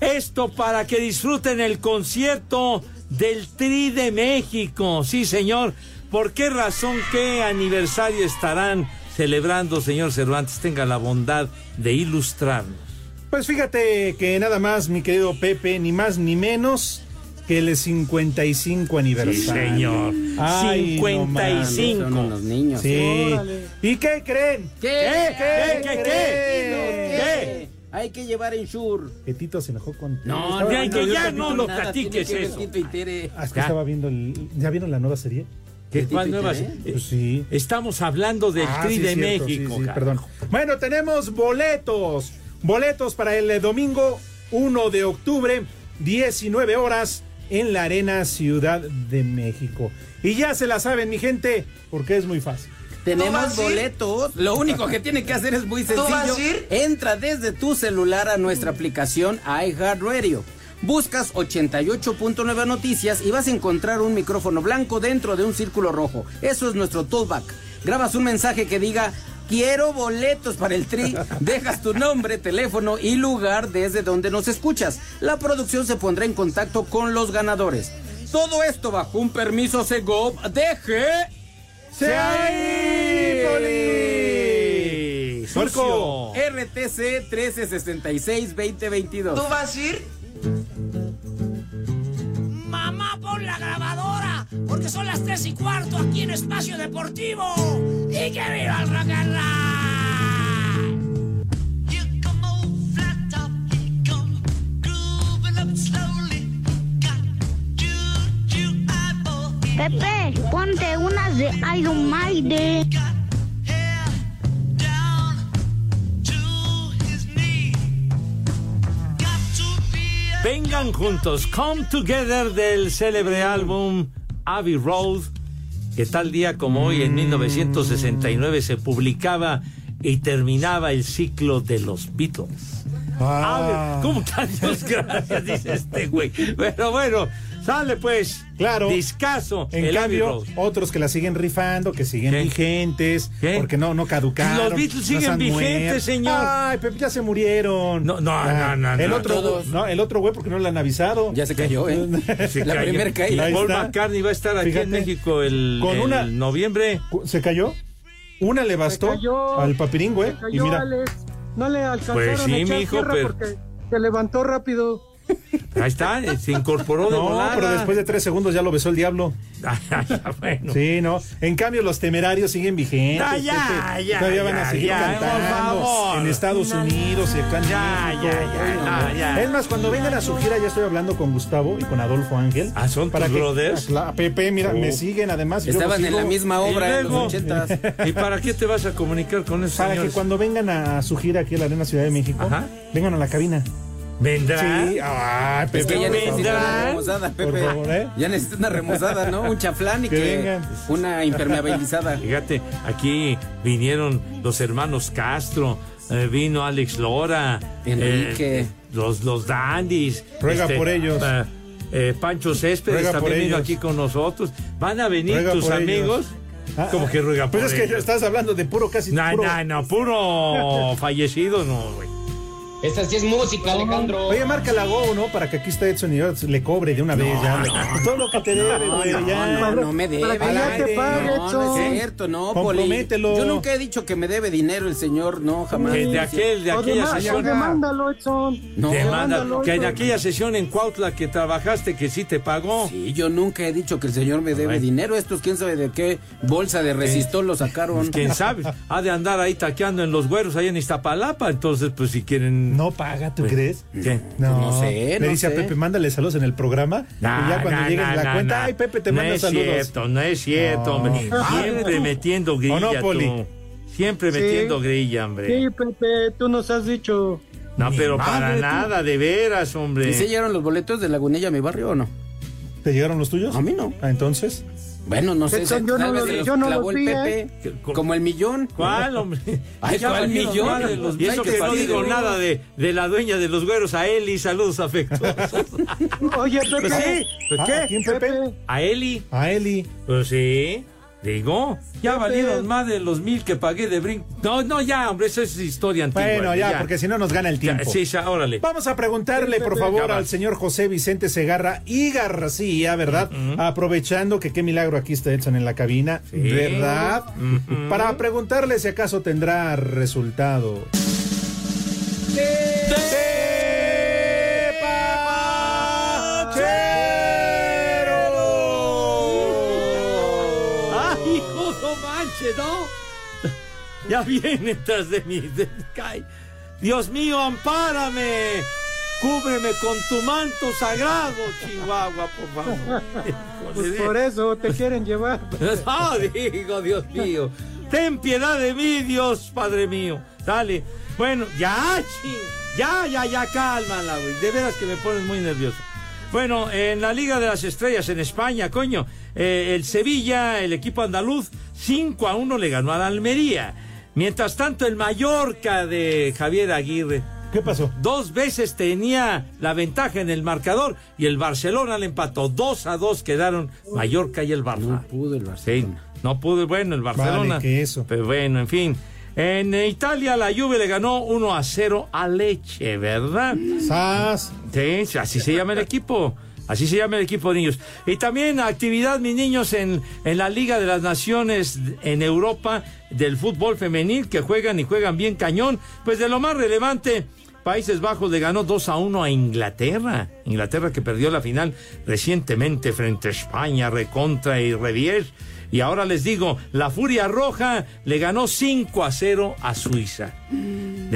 S8: Esto para que disfruten el concierto del Tri de México. Sí, señor. ¿Por qué razón, qué aniversario estarán celebrando, señor Cervantes? Tenga la bondad de ilustrarnos.
S5: Pues fíjate que nada más, mi querido Pepe, ni más ni menos que el 55 aniversario.
S8: señor.
S5: Ay, no
S8: 55.
S5: mames.
S8: Son unos
S9: niños.
S5: Sí.
S9: Órale.
S5: ¿Y qué creen?
S9: ¿Qué?
S5: ¿Qué? ¿Qué?
S9: ¿Qué? Hay que llevar en Shure.
S5: Que Tito se enojó con.
S9: No,
S5: Estaba
S9: no,
S5: viendo-
S9: no,
S5: yo
S9: ya
S5: también
S9: no
S5: con
S9: lo
S5: nada,
S9: platiques
S5: tiene que
S9: eso.
S5: ver Tito. Ah, Es que estaba viendo. el- ¿Ya vieron la nueva serie?
S8: ¿Qué, ¿Cuál nueva?
S5: Pues sí.
S8: Estamos hablando del
S5: Ah,
S8: Tri
S5: sí,
S8: de
S5: cierto,
S8: México.
S5: sí, sí,
S8: cara.
S5: perdón. Bueno, tenemos boletos. Boletos para el eh, domingo 1 de octubre, 19 horas, en la Arena Ciudad de México. Y ya se la saben, mi gente, porque es muy fácil.
S9: Tenemos boletos. Lo único que tiene que hacer es muy sencillo.
S5: vas a
S9: Entra desde tu celular a nuestra aplicación iHeartRadio. Buscas 88.9 noticias y vas a encontrar un micrófono blanco dentro de un círculo rojo. Eso es nuestro toolback. Grabas un mensaje que diga Quiero boletos para el
S5: *laughs*
S9: tri. Dejas tu nombre, teléfono y lugar desde donde nos escuchas. La producción se pondrá en contacto con los ganadores. Todo esto bajo un permiso Segov deje.
S5: ¡Seipoli!
S9: Marco RTC 1366-2022.
S25: ¿Tú vas a ir? Mamá, pon la grabadora, porque son las tres y cuarto aquí en Espacio Deportivo. ¡Y que viva el rock and roll!
S24: Pepe, ponte unas de Iron Maiden.
S8: Vengan juntos, Come Together del célebre
S5: Mm.
S8: álbum Abbey Road, que tal día como hoy en
S5: Mm.
S8: 1969 se publicaba y terminaba el ciclo de los
S5: *laughs*
S8: Beatles.
S5: Ah.
S8: Abbey- ¿Cómo tal? Dios gracias, dice este güey. Pero bueno, sale pues. Claro. Discaso.
S5: En
S8: el Abbey
S5: cambio, *laughs*
S8: Road.
S5: otros que la siguen rifando, que siguen vigentes, porque no, no caducaron.
S8: Los Beatles
S5: no
S8: siguen
S5: se han
S8: vigentes,
S5: muerto.
S8: señor.
S5: Ay, Pepe, ya se murieron. No,
S8: no, no, no,
S5: El
S8: no,
S5: otro,
S8: todos.
S5: no, el otro güey, porque no le han avisado.
S9: Ya se
S5: *laughs*
S9: cayó, ¿eh?
S8: Se
S5: La
S8: cayó.
S5: primer caída.
S8: Y Paul
S5: Ahí está.
S8: McCartney va a estar aquí en
S5: Fíjate.
S8: México el,
S5: Con
S8: el
S5: una-
S8: noviembre.
S5: ¿Se cayó? Una le bastó
S3: cayó.
S5: al papirín, güey.
S3: Se
S5: Y
S3: cayó,
S5: mira,
S3: Alex. No le alcanzaron
S8: Pues sí,
S3: a echar
S8: mijo,
S3: tierra
S8: pero-
S3: porque se levantó rápido.
S8: Ahí está, eh, se incorporó de
S5: no,
S8: volada. Ah,
S5: pero después de tres segundos ya lo besó
S8: *laughs*
S5: el diablo.
S8: bueno.
S5: Sí, no. En cambio, los temerarios siguen vigentes.
S8: Ah, ya,
S5: Pepe.
S8: ya,
S5: Todavía van
S8: ya,
S5: a seguir
S8: ya, por
S5: cantando
S8: favor.
S5: en Estados
S8: No, no,
S5: Unidos. se cantan
S8: ya,
S5: en
S8: ya,
S5: México.
S8: ya,
S5: Bueno,
S8: ya,
S5: bueno.
S8: Ah, ya.
S5: Es más, cuando vengan a su gira, ya estoy hablando con Gustavo y con Adolfo Ángel. Ah,
S8: son tus brothers?
S5: La, Pepe, mira,
S8: Oh.
S5: me siguen además. yo
S9: Estaban
S5: los
S9: en la
S5: sigo.
S9: misma obra en los ochentas.
S8: *laughs* ¿Y para qué te vas a comunicar con esos
S5: Para que
S8: señores?
S5: cuando vengan a su gira aquí a la Arena Ciudad de México, vengan a la cabina.
S8: ¿Vendrán?
S5: Sí, ah, ay,
S8: pues
S5: Pepe,
S9: Es que ya
S5: por
S9: necesita una
S5: favor.
S9: remozada,
S5: Por
S9: Pepe.
S5: favor, ¿eh?
S9: Ya necesita una remozada, ¿no? Un chaflán y
S5: Que
S9: que,
S5: vengan.
S9: una impermeabilizada.
S8: Fíjate, aquí vinieron los hermanos Castro, eh, vino Alex Lora,
S9: Enrique.
S8: eh, los, los Dandys.
S5: Ruega por ellos.
S8: ah, eh, Pancho Céspedes
S5: Ruega por
S8: también vino
S5: ellos.
S8: aquí con nosotros. Van a venir
S5: Ruega
S8: tus
S5: por ellos.
S8: amigos.
S5: Ah,
S8: Como que ruega
S9: Pues
S5: Pero
S8: por
S5: es que
S8: ellos.
S5: estás hablando de puro casi.
S8: No,
S5: puro-
S8: no, no,
S5: *laughs*
S8: puro fallecido, no, güey.
S5: Esta sí es música, Alejandro. Oye, marca la Go, ¿no? Para que aquí está Edson y yo le cobre de una vez ya. le- Todo lo que te debe, güey.
S9: no,
S5: ya.
S9: no, no me debe.
S5: Para que ya te pague,
S9: no, no
S5: Edson.
S9: es cierto, no, Poli.
S5: Compromételo.
S9: Yo nunca he dicho que me debe dinero el señor, no, jamás.
S8: Que de aquel, de
S9: O
S8: aquella
S9: demás,
S8: sesión.
S9: o demás.
S3: Mándalo, Edson.
S9: No,
S8: Te manda-
S9: mándalo,
S8: que en
S9: hijo.
S8: aquella sesión en Cuautla que trabajaste, que sí te pagó.
S9: Sí, yo nunca he dicho que el señor me debe dinero. Estos, quién sabe de qué bolsa de resistol lo sacaron.
S8: Eh, Pues,
S9: *laughs*
S8: Quién sabe, ha de andar ahí taqueando en los güeros, ahí en Iztapalapa. Entonces, pues si quieren. Pues,
S5: No paga, ¿tú crees?
S8: ¿Qué?
S9: Pues
S5: No,
S8: No sé,
S5: Le
S8: no sé.
S5: dice a Pepe, mándale saludos en el programa.
S8: Nah,
S5: y ya cuando
S8: nah,
S5: llegues
S8: nah,
S5: la
S8: nah,
S5: cuenta,
S8: nah.
S5: ay, Pepe, te
S8: No
S5: manda
S8: es
S5: saludos.
S8: cierto, no es cierto, hombre. Siempre metiendo grilla.
S5: ¿O no, Poli?
S8: tú. Siempre
S3: Sí.
S8: metiendo grilla, hombre.
S3: Sí, Pepe, tú nos has dicho.
S8: No,
S3: Ni
S8: pero
S3: madre,
S8: para
S3: tú.
S8: nada, de veras, hombre.
S9: ¿Y se llegaron los boletos de Lagunilla a mi barrio o no?
S5: ¿Te llegaron los tuyos?
S9: A mí no.
S5: Ah, entonces.
S9: Bueno, no sé.
S3: Edson,
S9: se-
S3: yo
S9: tal
S3: no
S9: vez
S3: lo-
S9: se los
S3: yo no
S9: clavó
S3: lo ¿eh?
S9: el
S3: vi,
S9: Pepe, Como el millón.
S8: ¿Cuál, *laughs* hombre?
S9: Ay,
S8: Ya
S9: ¿cuál
S8: valieron
S9: millón?
S8: madre los-
S9: Ay,
S8: Y eso
S9: qué
S8: que no
S9: fastidio.
S8: digo nada de, de la dueña de los güeros, a Eli, saludos afectos.
S3: Oye, Pepe.
S8: Pues sí, pues
S5: Ah,
S8: ¿qué?
S5: ¿a quién, Pepe?
S8: A Eli.
S5: A Eli.
S8: Pues sí, digo. Ya valieron más de los mil que pagué de Brink. No, no, ya, hombre, esa es historia antigua.
S5: Bueno, ya, porque si no nos gana el
S8: Ya,
S5: tiempo.
S8: sí, ya, órale.
S5: Vamos a preguntarle, por
S8: Ya
S5: favor,
S8: va.
S5: al señor José Vicente Segarra y García, ¿verdad? Aprovechando que qué milagro aquí está Edson en la cabina, ¿verdad?
S8: Ujú.
S5: Para preguntarle si acaso tendrá resultado.
S8: ¡Ay, hijo, no manches, no! Ya viene tras de mí. *laughs* de- cae. Dios mío, ampárame. Cúbreme con tu manto sagrado, Chihuahua, por favor. *laughs*
S3: Pues por eso te quieren llevar.
S8: No, Ah, digo, Dios mío. Ten piedad de mí, Dios, Padre mío. Dale. Bueno, ya, ching. Ya, ya, ya, cálmala, güey. De veras que me pones muy nervioso. Bueno, en la Liga de las Estrellas en España, coño, eh, el Sevilla, el equipo andaluz, 5 a 1 le ganó a la Almería. Mientras tanto, el Mallorca de Javier Aguirre.
S5: ¿Qué pasó?
S8: Dos veces tenía la ventaja en el marcador y el Barcelona le empató. 2 a 2 quedaron Mallorca y el Barça.
S9: Pudo el
S8: Sí, no pudo, bueno, el Barcelona.
S5: Vale, que eso.
S8: Pero bueno, en fin. En eh, Italia la Juve le ganó 1 a 0 a Leche, ¿verdad?
S5: ¡Sas!
S8: Sí, así se llama el equipo. Así se llama el equipo de niños. Y también actividad, mis niños, en, en la Liga de las Naciones en Europa del fútbol femenil, que juegan y juegan bien cañón. Pues de lo más relevante, Países Bajos le ganó 2 a 1 a Inglaterra. Inglaterra que perdió la final recientemente frente a España, recontra y revier. Y ahora les digo, la Furia Roja le ganó 5 a 0 a Suiza. de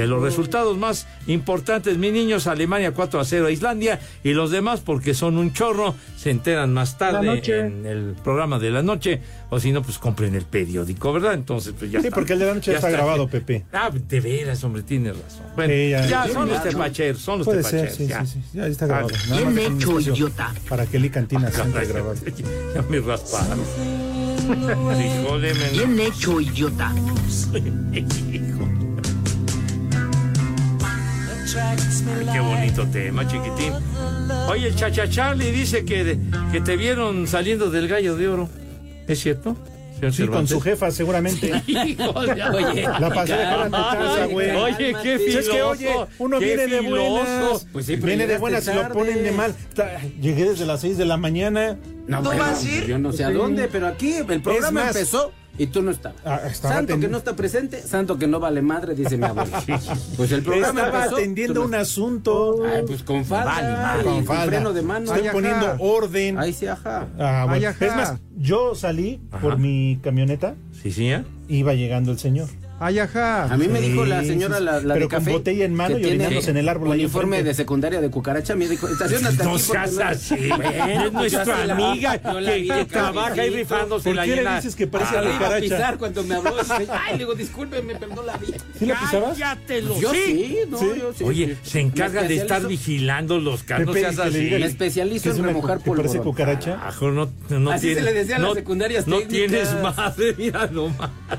S5: Mm.
S8: los resultados más importantes. Mis niños, Alemania 4 a 0 a Islandia y los demás, porque son un chorro, se enteran más
S5: La
S8: tarde
S5: noche.
S8: en el programa de la noche, o si no, pues compren el periódico, ¿verdad? Entonces, pues ya
S5: Sí,
S8: está.
S5: porque el de la noche
S8: Ya
S5: ya está grabado, Pepe.
S8: Ah, de veras, hombre, tienes razón. Bueno,
S5: Sí,
S8: ya,
S5: ya-
S8: son los tepacheros, son los
S5: Puede ser,
S8: tepacheros.
S5: sí,
S8: ya.
S5: sí, sí, ya está grabado.
S8: Ah,
S5: Nada
S8: bien
S5: más es un
S8: hecho,
S5: espacio
S8: idiota.
S5: Para que Lee Cantina
S8: Ah,
S5: siempre
S8: ya,
S5: grabado.
S8: ya me rasparon. *laughs* Hijo de men-
S2: Bien hecho, idiota.
S8: Ay, qué bonito tema, chiquitín. Oye, el Chacha Charlie dice que, que te vieron saliendo del gallo de oro. ¿Es cierto? señor
S5: Sí, con
S8: Cervantes?
S5: su jefa
S9: *laughs*
S5: seguramente.
S8: Oye.
S5: la pasé a dejar en tu casa, güey.
S8: Oye, qué
S5: Si es que,
S8: filoso,
S5: oye, uno
S8: qué
S5: viene de
S8: filoso.
S5: buenas.
S8: Pues sí, pero
S5: viene de
S8: llegaste
S5: buenas y lo
S8: tarde.
S5: ponen de mal. Ta- Llegué desde las 6 de la mañana.
S9: No, bueno, Yo no sé a dónde, pero aquí el programa
S5: Es más- ah,
S9: empezó y tú no estabas.
S5: estaba
S9: santo que
S5: atendiendo-
S9: no está presente, santo que no vale madre, dice
S5: *laughs*
S9: mi abuelo. Pues el programa
S5: Estaba
S9: empezó,
S5: atendiendo
S9: tú
S5: un
S9: no-
S5: asunto.
S9: Ay, pues con falda.
S5: Vale, vale.
S9: y
S5: Con
S9: con
S5: falda.
S9: freno de mano.
S5: Estoy
S9: Ay, ajá.
S5: poniendo orden.
S9: Ahí sí, ajá.
S5: Ah, bueno.
S9: Ay, ajá.
S5: Es más, yo salí
S8: Ajá.
S5: por mi camioneta.
S8: Sí, sí, ¿eh?
S5: Iba llegando el señor.
S3: Ay, ajá.
S9: A mí me
S5: Sí,
S9: dijo la
S5: sí,
S9: señora,
S5: sí.
S9: la,
S5: Pero
S9: la de
S5: con
S9: café,
S5: botella en mano
S9: que
S5: y
S9: tiene
S5: orinándose en el árbol ahí
S9: Uniforme
S5: enfrente.
S9: de secundaria de cucaracha, me dijo, estaciona hasta
S8: No
S9: aquí. porque
S8: seas así,
S9: Bueno,
S8: es
S9: pues *laughs* yo
S8: nuestra
S9: así la-
S8: amiga
S9: yo la
S8: que-
S9: vi
S8: que
S9: de
S8: trabaja ahí
S9: cabecito.
S8: rifándose
S9: ¿Por
S8: la
S9: qué le
S8: llena?
S9: dices que parece
S8: Ah,
S9: la
S8: la iba a
S9: cucaracha?
S8: pisar
S9: cuando me habló. Ay, le digo, discúlpeme, pero no la vi.
S5: ¿Sí la pisabas?
S9: Pues yo sí, no, yo sí.
S8: Oye, se encarga
S9: Me
S8: de estar
S9: especializo-
S8: vigilando los carros. No
S5: Pepe,
S8: seas
S5: que le
S8: así.
S5: diga que- que
S9: especializo
S5: es
S9: en
S5: una
S9: remojar
S5: cu- que parece
S9: polvorón.
S5: cucaracha.
S8: Ajo, no, no
S9: Así se
S8: tiene-
S9: le decía a las
S8: no-
S9: secundarias
S8: No
S9: técnicas.
S8: tienes madre, *laughs* mira nomás. Ah.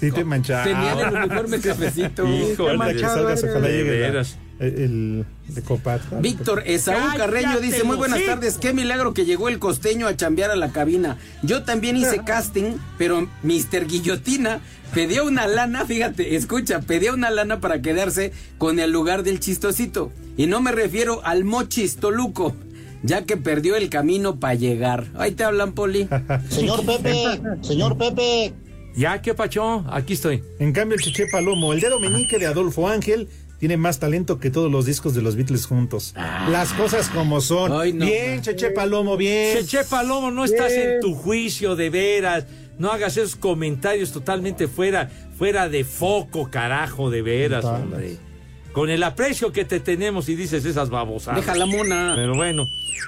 S5: Sí, te manchaba.
S9: Tenían
S5: *laughs*
S9: el
S8: *laughs*
S9: uniforme cafecito.
S8: Hijo,
S5: Ahorita que salgas, ojalá
S8: de
S5: llegue la-
S8: veras.
S5: el, el de copa.
S9: Víctor
S19: pues.
S9: Esaú
S5: Cállate,
S9: Carreño dice, muy buenas
S5: hocico".
S9: tardes, qué milagro que llegó el costeño a chambear a la cabina. Yo también hice casting, pero Mr. Guillotina pidió una lana, fíjate, escucha, pidió una lana para quedarse con el lugar del chistosito. Y no me refiero al mochis Toluco, ya que perdió el camino para llegar. Ahí te hablan, Poli.
S19: Señor Pepe, señor Pepe.
S8: Ya, ¿qué pacho? Aquí estoy.
S5: En cambio, el Chiché Palomo, el dedo meñique de Adolfo Ángel, tiene más talento que todos los discos de los Beatles juntos.
S9: Ah.
S5: Las cosas como son. bien, Cheche Palomo, bien.
S8: Cheche Palomo, no estás en tu juicio de veras. No hagas esos comentarios totalmente fuera, fuera de foco, carajo, de veras, hombre. Con el aprecio que te tenemos y dices esas babosadas.
S9: Deja la mona.
S8: Pero bueno.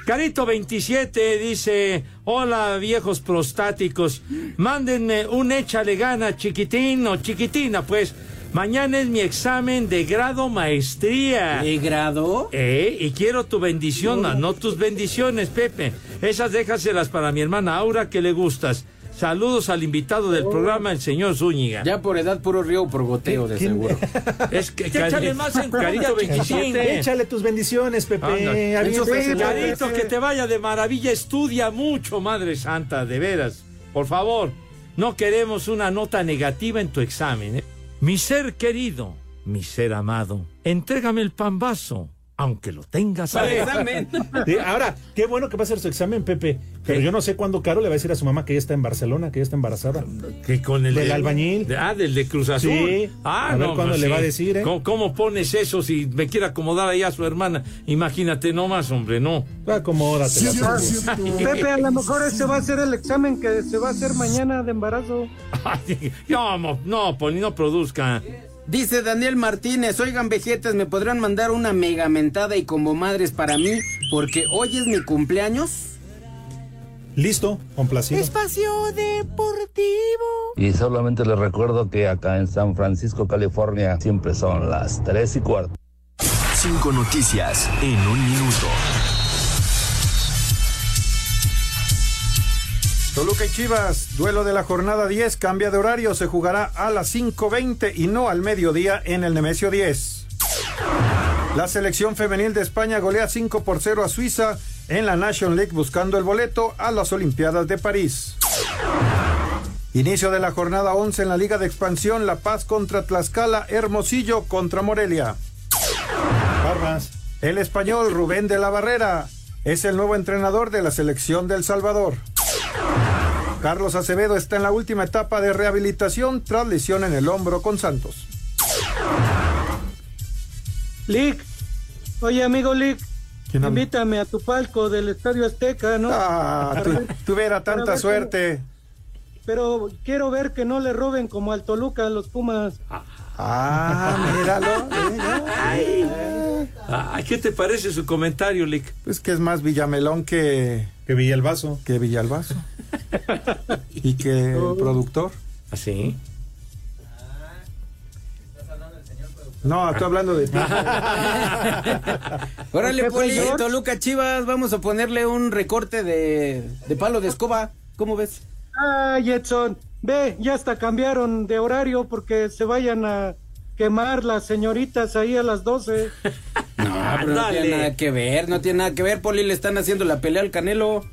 S8: Carito 27 dice, hola viejos prostáticos, mándenme un échale gana chiquitín o chiquitina, pues. Mañana es mi examen de grado maestría.
S9: ¿De grado?
S8: Eh, y quiero tu bendición, ma, no tus bendiciones, Pepe. Esas déjaselas para mi hermana Aura, que le gustas. Saludos al invitado del programa, el señor Zúñiga.
S9: Oh. Ya por edad, puro río, por goteo, de seguro.
S8: *laughs* Es que
S5: Échale
S8: Cari- Carito Ah, 27.
S5: Échale tus bendiciones, Pepe.
S8: Anda.
S5: Aviéntate,
S8: Carito, *laughs*
S5: Pepe.
S8: que te vaya de maravilla. Estudia mucho, Madre Santa, de veras. Por favor, no queremos una nota negativa en tu examen. ¿eh? Mi ser querido, mi ser amado, entrégame el pambazo, aunque lo tengas
S5: Para el
S8: adentro.
S5: examen. Sí, ahora, qué bueno que va a hacer su examen, Pepe. Pero yo no sé cuándo Caro le va a decir a su mamá que ya está en Barcelona, que ya está embarazada.
S8: Que con el
S5: Del
S8: de-
S5: albañil.
S8: de- ah, del de Cruz Azul.
S5: Sí.
S8: Ah,
S5: A ver
S8: no,
S5: cuándo
S8: pues
S5: le va a
S8: sí.
S5: decir, ¿eh?
S8: ¿Cómo, cómo pones eso si me quiere acomodar ahí a su hermana? Imagínate nomás, hombre, no.
S5: Acomódate. la Pepe.
S3: Pepe, a lo mejor este va a ser el examen que se va a hacer mañana de embarazo.
S8: Ay, no, mo- no, Poli, no produzca.
S9: Dice Daniel Martínez, oigan vejetes, me podrán mandar una mega mentada y como madres para mí, porque hoy es mi cumpleaños.
S5: Listo, complacido.
S25: Espacio Deportivo.
S15: Y solamente les recuerdo que acá en San Francisco, California, siempre son las 3 y cuarto.
S16: Cinco noticias en un minuto.
S17: Toluca y Chivas, duelo de la jornada 10, cambia de horario, se jugará a las 5.20 y no al mediodía en el Nemesio 10. La selección femenil de España golea 5 por 0 a Suiza en la National League buscando el boleto a las Olimpiadas de París. Inicio de la jornada 11 en la Liga de Expansión, La Paz contra Tlaxcala, Hermosillo contra Morelia. El español Rubén de la Barrera es el nuevo entrenador de la selección del Salvador. Carlos Acevedo está en la última etapa de rehabilitación tras lesión en el hombro con Santos.
S3: Lick, oye amigo Lick, invítame a tu palco del Estadio Azteca, ¿no?
S17: Ah, tu- tuviera
S3: Para
S17: tanta
S3: ver cómo-
S17: suerte.
S3: Pero quiero ver que no le roben como al Toluca a los Pumas.
S17: Ah,
S3: *laughs*
S17: míralo.
S8: Ay. Ay, ¿qué te parece su comentario, Lick?
S17: Pues que es más Villamelón que.
S5: Que Villalbazo.
S17: Que Villalbazo. y que el productor.
S8: ¿Así?
S17: No, estoy hablando de ti.
S9: Órale,
S17: ¿Qué fue,
S9: Poli,
S17: George?
S9: Toluca Chivas, vamos a ponerle un recorte de, de palo de escoba. ¿Cómo ves?
S3: Ay, Edson, ve, ya hasta cambiaron de horario porque se vayan a quemar las señoritas ahí a
S9: *laughs*
S3: las 12.
S9: Ah, pero no tiene
S3: Ándale.
S9: nada que ver, no tiene nada que ver, Poli, le están haciendo la pelea al Canelo.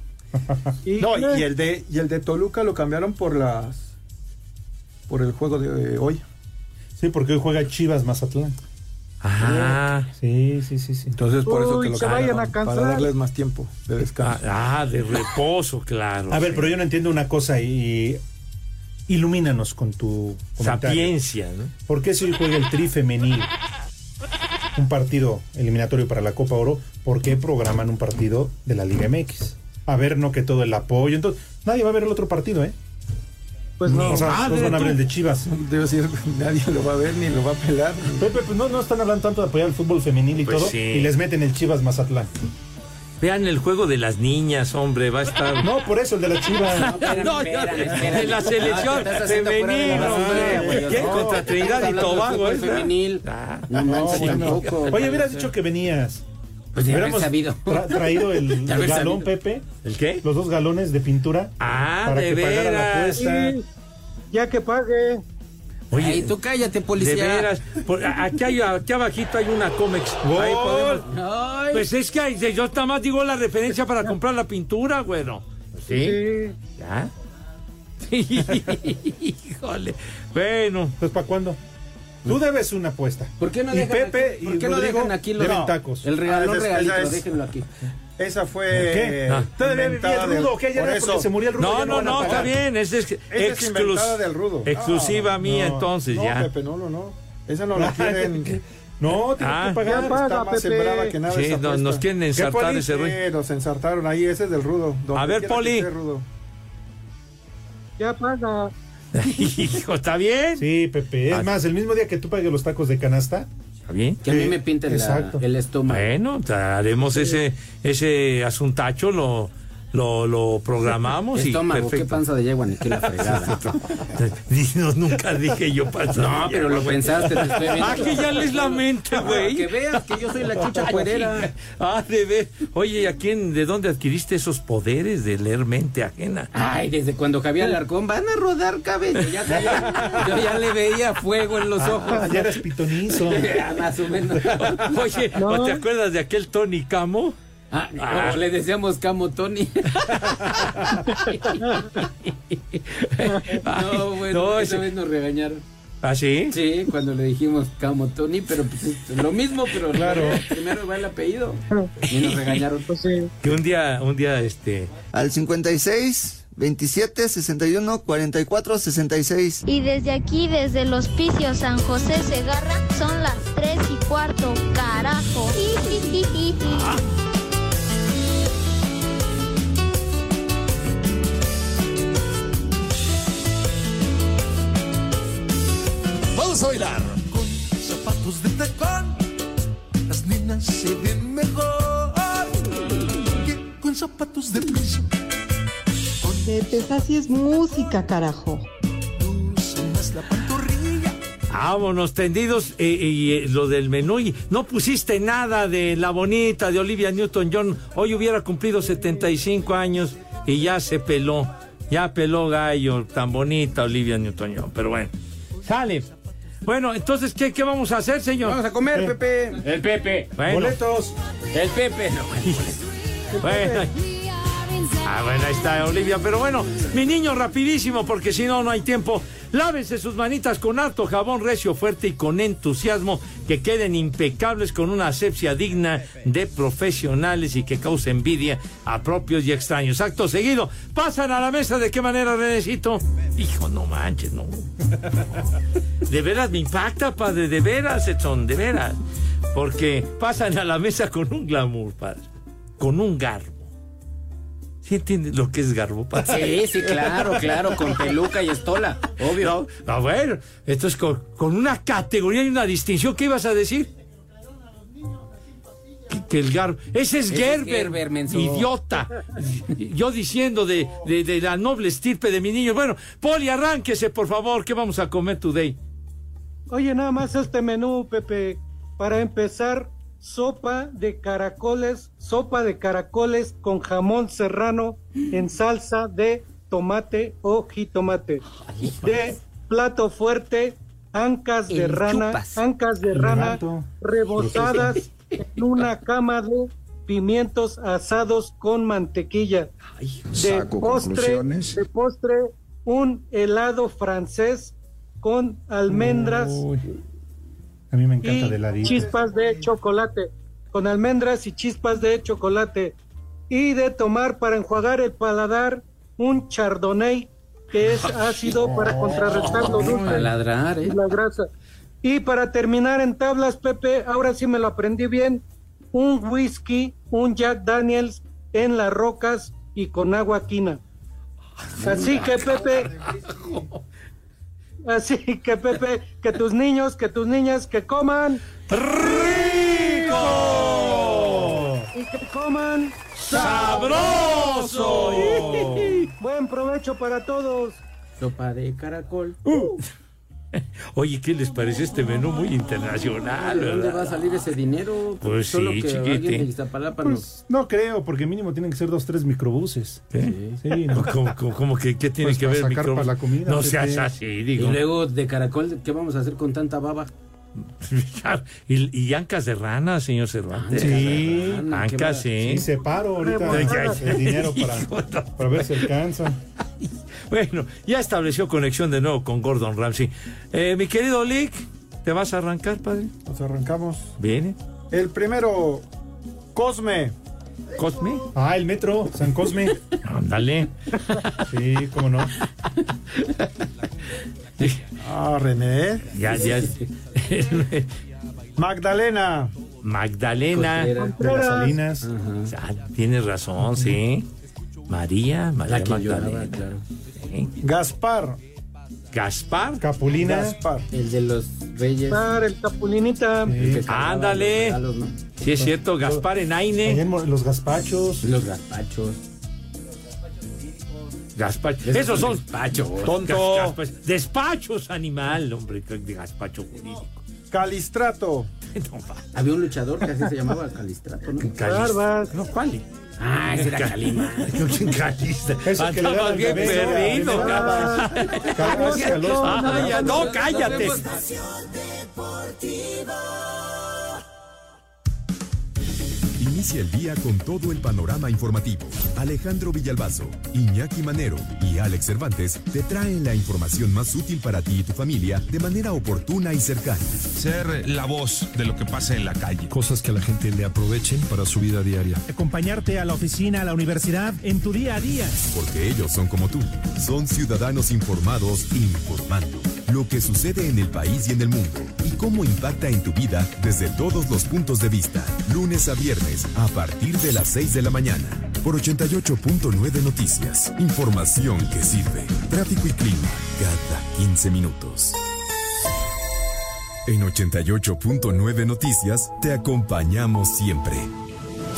S17: No, y el de y el de Toluca lo cambiaron por las por el juego de eh, hoy.
S5: Sí, porque hoy juega Chivas Mazatlán.
S8: Ah.
S5: Sí, sí, sí, sí.
S17: Entonces por eso
S5: Uy,
S17: te lo
S5: se vayan
S17: cambiaron,
S5: a cansar.
S17: para darles más tiempo de descanso.
S8: Ah, de reposo, *laughs* claro.
S5: A ver, pero yo no entiendo una cosa y ilumínanos con tu comentario.
S8: Sapiencia, ¿no?
S5: ¿Por qué si hoy juega el tri femenil un partido eliminatorio para la Copa Oro? ¿Por qué programan un partido de la Liga MX? A ver, no que todo el apoyo. Entonces, nadie va a ver el otro partido, ¿eh?
S3: Pues
S17: no.
S5: O sea,
S17: Madre,
S5: todos van a ver
S17: tú.
S5: el de Chivas.
S17: Debo decir, *laughs* nadie lo va a ver ni lo va a pelar.
S5: Pepe, pues no, no están hablando tanto de apoyar el fútbol femenil y
S8: Pues
S5: todo.
S8: sí.
S5: Y les meten el Chivas Mazatlán.
S8: Vean el juego de las niñas, hombre, va a estar.
S5: No, por eso el de la Chivas.
S8: *laughs* No, ya, de la
S9: Ah,
S8: selección
S9: te estás haciendo fuera de la
S8: femenil,
S9: basura,
S8: hombre.
S9: güey,
S8: ¿Quién
S9: no.
S8: contra Trinidad y
S9: Estamos hablando
S8: Tobago?
S9: del
S8: eh?
S9: fútbol femenil.
S8: Ah.
S9: No manches, tampoco.
S5: Oye, hubieras dicho que venías.
S9: Pues de haber
S5: Hubiéramos
S9: sabido.
S5: tra- traído el,
S9: *laughs* De haber
S5: el galón,
S9: sabido.
S5: Pepe.
S8: ¿El qué?
S5: Los dos galones de pintura.
S8: Ah,
S5: para
S8: de
S5: que pagara la
S8: veras.
S5: apuesta.
S3: Sí, ya que pague.
S8: Oye,
S9: Ay, tú cállate,
S8: de
S9: policía.
S8: veras. por- a- aquí, hay, aquí abajito hay una Comex. Ahí podemos-
S9: Ay.
S8: Pues es que hay- yo nada más digo la referencia para comprar la pintura, güero. ¿Sí? ¿Ya? Híjole. Bueno.
S5: Pues, ¿para cuándo? Tú debes una apuesta.
S9: Pues ¿Por qué no
S5: y
S9: dejan
S5: Pepe
S9: aquí,
S5: y
S9: ¿por qué no
S5: Rodrigo
S9: dejan aquí los
S5: deben tacos.
S9: El
S17: Ah, esa
S9: regalón
S17: es-
S9: regalito,
S17: esa es-
S9: déjenlo aquí.
S17: Esa fue
S5: ¿Qué?
S17: eh,
S8: Ah.
S5: Todavía vivía
S17: inventada
S5: el
S17: del-
S5: rudo, que ya
S17: por
S5: era porque
S17: eso.
S5: se murió el rudo. ya
S8: No, no,
S5: van a
S8: no, está
S5: pagar.
S8: bien. Es, es,
S17: Esa es
S8: exclus-
S17: inventada del rudo. Ah,
S8: exclusiva mía,
S5: no,
S8: entonces,
S17: no,
S8: ya.
S17: Pepe, no, no, no. Esa *laughs* no
S5: *laughs*
S17: la quieren.
S5: Ah, No, tienes
S8: Ah.
S5: que pagar.
S3: Ya paga,
S17: está más
S3: Pepe.
S17: sembrada que nada.
S8: Sí,
S17: esa
S8: no-
S17: apuesta.
S8: nos quieren
S17: ¿Qué,
S8: ensartar
S17: Poli?
S8: ese ruido.
S17: Sí, nos ensartaron ahí. Ese es del rudo. Donde
S8: ver,
S17: quiera que
S8: Poli.
S17: esté rudo.
S3: Ya paga.
S8: *laughs* Hijo, ¿está bien?
S5: Sí, Pepe. Es
S8: Ah.
S5: más, el mismo día que tú pagues los tacos de canasta,
S8: ¿Está bien?
S9: Que a mí
S5: Sí,
S9: me pinten la-
S5: exacto.
S9: el estómago.
S8: Bueno, ta- haremos ese ese asuntacho, lo, lo, lo programamos y
S9: estómago, qué
S8: perfecto.
S9: panza de yegua ni qué
S8: *laughs*
S9: la fregada.
S8: Ni- no, *laughs* nunca dije yo panza.
S9: No, pero lo pensaste, te estoy viendo.
S8: Ah, que ya les lamente,
S9: Para
S8: güey.
S9: que veas que yo soy la chucha cuerera.
S8: Ah, de ver. Oye, ¿y a quién, de dónde adquiriste esos poderes de leer mente ajena?
S9: Ay, desde cuando Javier
S8: *laughs*
S9: Alarcón van a rodar cabello. Ya, sabía- yo ya le veía fuego en los ojos.
S5: Ah, ya eres pitonizo.
S9: Ya, Más o menos.
S8: *laughs* Oye, ¿o te acuerdas de aquel Tony Camo?
S9: Ah, como le decíamos
S8: *laughs*
S9: Camo Tony. No, bueno,
S8: no,
S9: esa
S8: ese-
S9: vez nos regañaron.
S8: ¿Ah, sí?
S9: Sí, cuando le dijimos Camo Tony, pero pues es lo mismo, pero
S5: Claro.
S9: primero va el apellido. Y nos regañaron.
S3: Pues sí.
S8: Que un día, un día, este,
S2: Al 56, 27, 61, 44, 66.
S24: Y desde aquí, desde los picios San José Segarra, son las 3 y cuarto, carajo.
S16: Vamos a bailar. Con zapatos de tacón, las nenas se ven mejor que con zapatos de piso.
S28: Pues así es música, carajo.
S16: Más la pantorrilla.
S8: vámonos tendidos eh, y eh, lo del menú. Y no pusiste nada de la bonita de Olivia Newton-John. Hoy hubiera cumplido 75 años y ya se peló. Ya peló gallo, tan bonita Olivia Newton-John. Pero bueno, sale. Bueno, entonces, ¿qué, qué vamos a hacer, señor?
S9: Vamos a comer, Pepe.
S7: El Pepe.
S8: Bueno,
S5: Boletos.
S9: El Pepe, no,
S8: bueno. Ah, bueno, ahí está Olivia. Pero bueno, mi niño, rapidísimo, porque si no, no hay tiempo. Lávese sus manitas con harto jabón recio, fuerte y con entusiasmo, que queden impecables con una asepsia digna de profesionales y que cause envidia a propios y extraños. Acto seguido, pasan a la mesa. ¿De qué manera, Renecito? Hijo, no manches, no. De veras me impacta, padre, de veras, Edson, de veras. Porque pasan a la mesa con un glamour, padre, con un garbo ¿Sí entiendes lo que es garbo?
S9: Sí, sí, claro, claro, con peluca y estola, obvio.
S8: No, bueno, esto es con, con una categoría y una distinción. ¿Qué ibas a decir? Que, que el garbo. Ese es
S9: Ese es
S8: Gerber,
S9: Gerber, menso.
S8: idiota. Yo diciendo de, de- de la noble estirpe de mi niño. Bueno, Poli, arránquese, por favor. ¿Qué vamos a comer today?
S3: Oye, nada más este menú, Pepe. Para empezar, sopa de caracoles, sopa de caracoles con jamón serrano en salsa de tomate o jitomate. De plato fuerte, ancas de
S9: El
S3: rana,
S9: chupas.
S3: ancas de
S9: El
S3: rana
S9: rato.
S3: rebozadas en una cama de pimientos asados con mantequilla. De
S4: Saco
S3: postre,
S4: conclusiones.
S3: de postre, un helado francés con almendras
S5: A mí me encanta de
S3: y
S5: ladito.
S3: chispas de chocolate. Con almendras y chispas de chocolate. Y de tomar para enjuagar el paladar un chardonnay que es ácido para contrarrestar lo
S9: Para
S3: dulce
S9: ladrar,
S3: y
S9: ¿eh?
S3: la grasa. Y para terminar en tablas, Pepe, ahora sí me lo aprendí bien, un whisky, un Jack Daniels en las rocas y con agua quina. Así que, Pepe, así Ah, que, Pepe, que tus niños, que tus niñas, que coman rico y que coman
S8: sabroso.
S3: Buen provecho para todos.
S9: Sopa de caracol.
S8: Oye, ¿qué les parece este menú muy internacional,
S9: ¿De dónde va a
S8: verdad?
S9: salir ese dinero?
S8: Pues
S9: Solo
S8: sí,
S9: que
S8: chiquite.
S9: alguien de Iztapalapa nos-
S5: Pues, no creo, porque mínimo tienen que ser dos, tres microbuses.
S8: ¿Eh?
S5: Sí, no.
S8: *laughs* ¿Cómo, cómo- cómo que qué tiene
S5: Pues
S8: que
S5: para
S8: ver el
S5: sacar
S8: micrófono?
S5: para la comida,
S8: no
S5: Pepe.
S8: seas así, digo.
S9: Y luego de caracol, ¿qué vamos a hacer con tanta baba?
S8: *laughs* Y, y ancas de rana, señor Cervantes.
S5: Sí.
S8: ancas, sí.
S5: Sí, separo
S8: Ya,
S5: ahorita
S8: ya.
S5: el dinero
S8: *laughs*
S5: para, para ver si alcanza.
S8: Bueno, ya estableció conexión de nuevo con Gordon Ramsay. Eh, mi querido Lick, ¿te vas a arrancar, padre?
S17: Nos arrancamos.
S8: ¿Viene?
S17: El primero, Cosme.
S8: ¿Cosme?
S5: Ah, el metro, San Cosme.
S8: Ándale.
S5: Sí, cómo no.
S17: Ah, René.
S8: Ya, ya.
S9: *laughs*
S17: Magdalena.
S8: Magdalena.
S17: Costera. De las Salinas.
S8: Ah, tienes razón, sí. María, María
S17: La que lloraba,
S8: Magdalena. Sí.
S17: Gaspar.
S8: Gaspar.
S5: Capulina.
S17: Gaspar.
S9: El de los reyes.
S3: Para el capulinita.
S8: Ándale. Sí, es cierto, Gaspar Enaine.
S5: Los gazpachos.
S9: Los gazpachos.
S8: Gaspar.
S9: Esos
S8: Esos
S9: son
S8: son.
S9: despachos.
S8: Tonto.
S17: Gas-
S8: Despachos, animal, hombre. De gazpacho jurídico.
S17: Calistrato.
S9: Había un luchador que así se llamaba Calistrato, ¿no?
S8: Barbas. No, ¿cuál?
S9: Ah, ese era
S8: Cal-
S9: Calima.
S8: Calista.
S9: Eso que le
S8: Andabas
S9: daba al
S8: bien
S9: bebé, ¿no?
S8: perdido,
S9: Ah,
S8: cabrón.
S9: Carlos,
S8: Ay,
S9: Carlos.
S8: ay, ya, no,
S9: Nos
S8: cállate.
S9: vemos.
S6: Inicia el día con todo el panorama informativo. Alejandro Villalbazo, Iñaki Manero y Alex Cervantes te traen la información más útil para ti y tu familia de manera oportuna y cercana.
S10: Ser la voz de lo que pasa en la calle. Cosas que a la gente le aprovechen para su vida diaria.
S28: Acompañarte a la oficina, a la universidad, en tu día a día.
S6: Porque ellos son como tú. Son ciudadanos informados informando. Lo que sucede en el país y en el mundo y cómo impacta en tu vida desde todos los puntos de vista. Lunes a viernes a partir de las 6 de la mañana. Por 88.9 Noticias. Información que sirve. Tráfico y clima cada 15 minutos. En 88.9 Noticias te acompañamos siempre.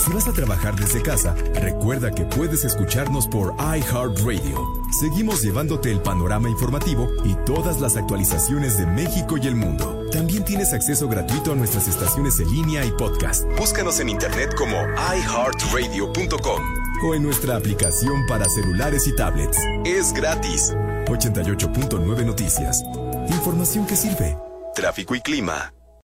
S6: Si vas a trabajar desde casa, recuerda que puedes escucharnos por iHeartRadio. Seguimos llevándote el panorama informativo y todas las actualizaciones de México y el mundo. También tienes acceso gratuito a nuestras estaciones en línea y podcast. Búscanos en internet como iHeartRadio.com o en nuestra aplicación para celulares y tablets. Es gratis. 88.9 Noticias. Información que sirve. Tráfico y clima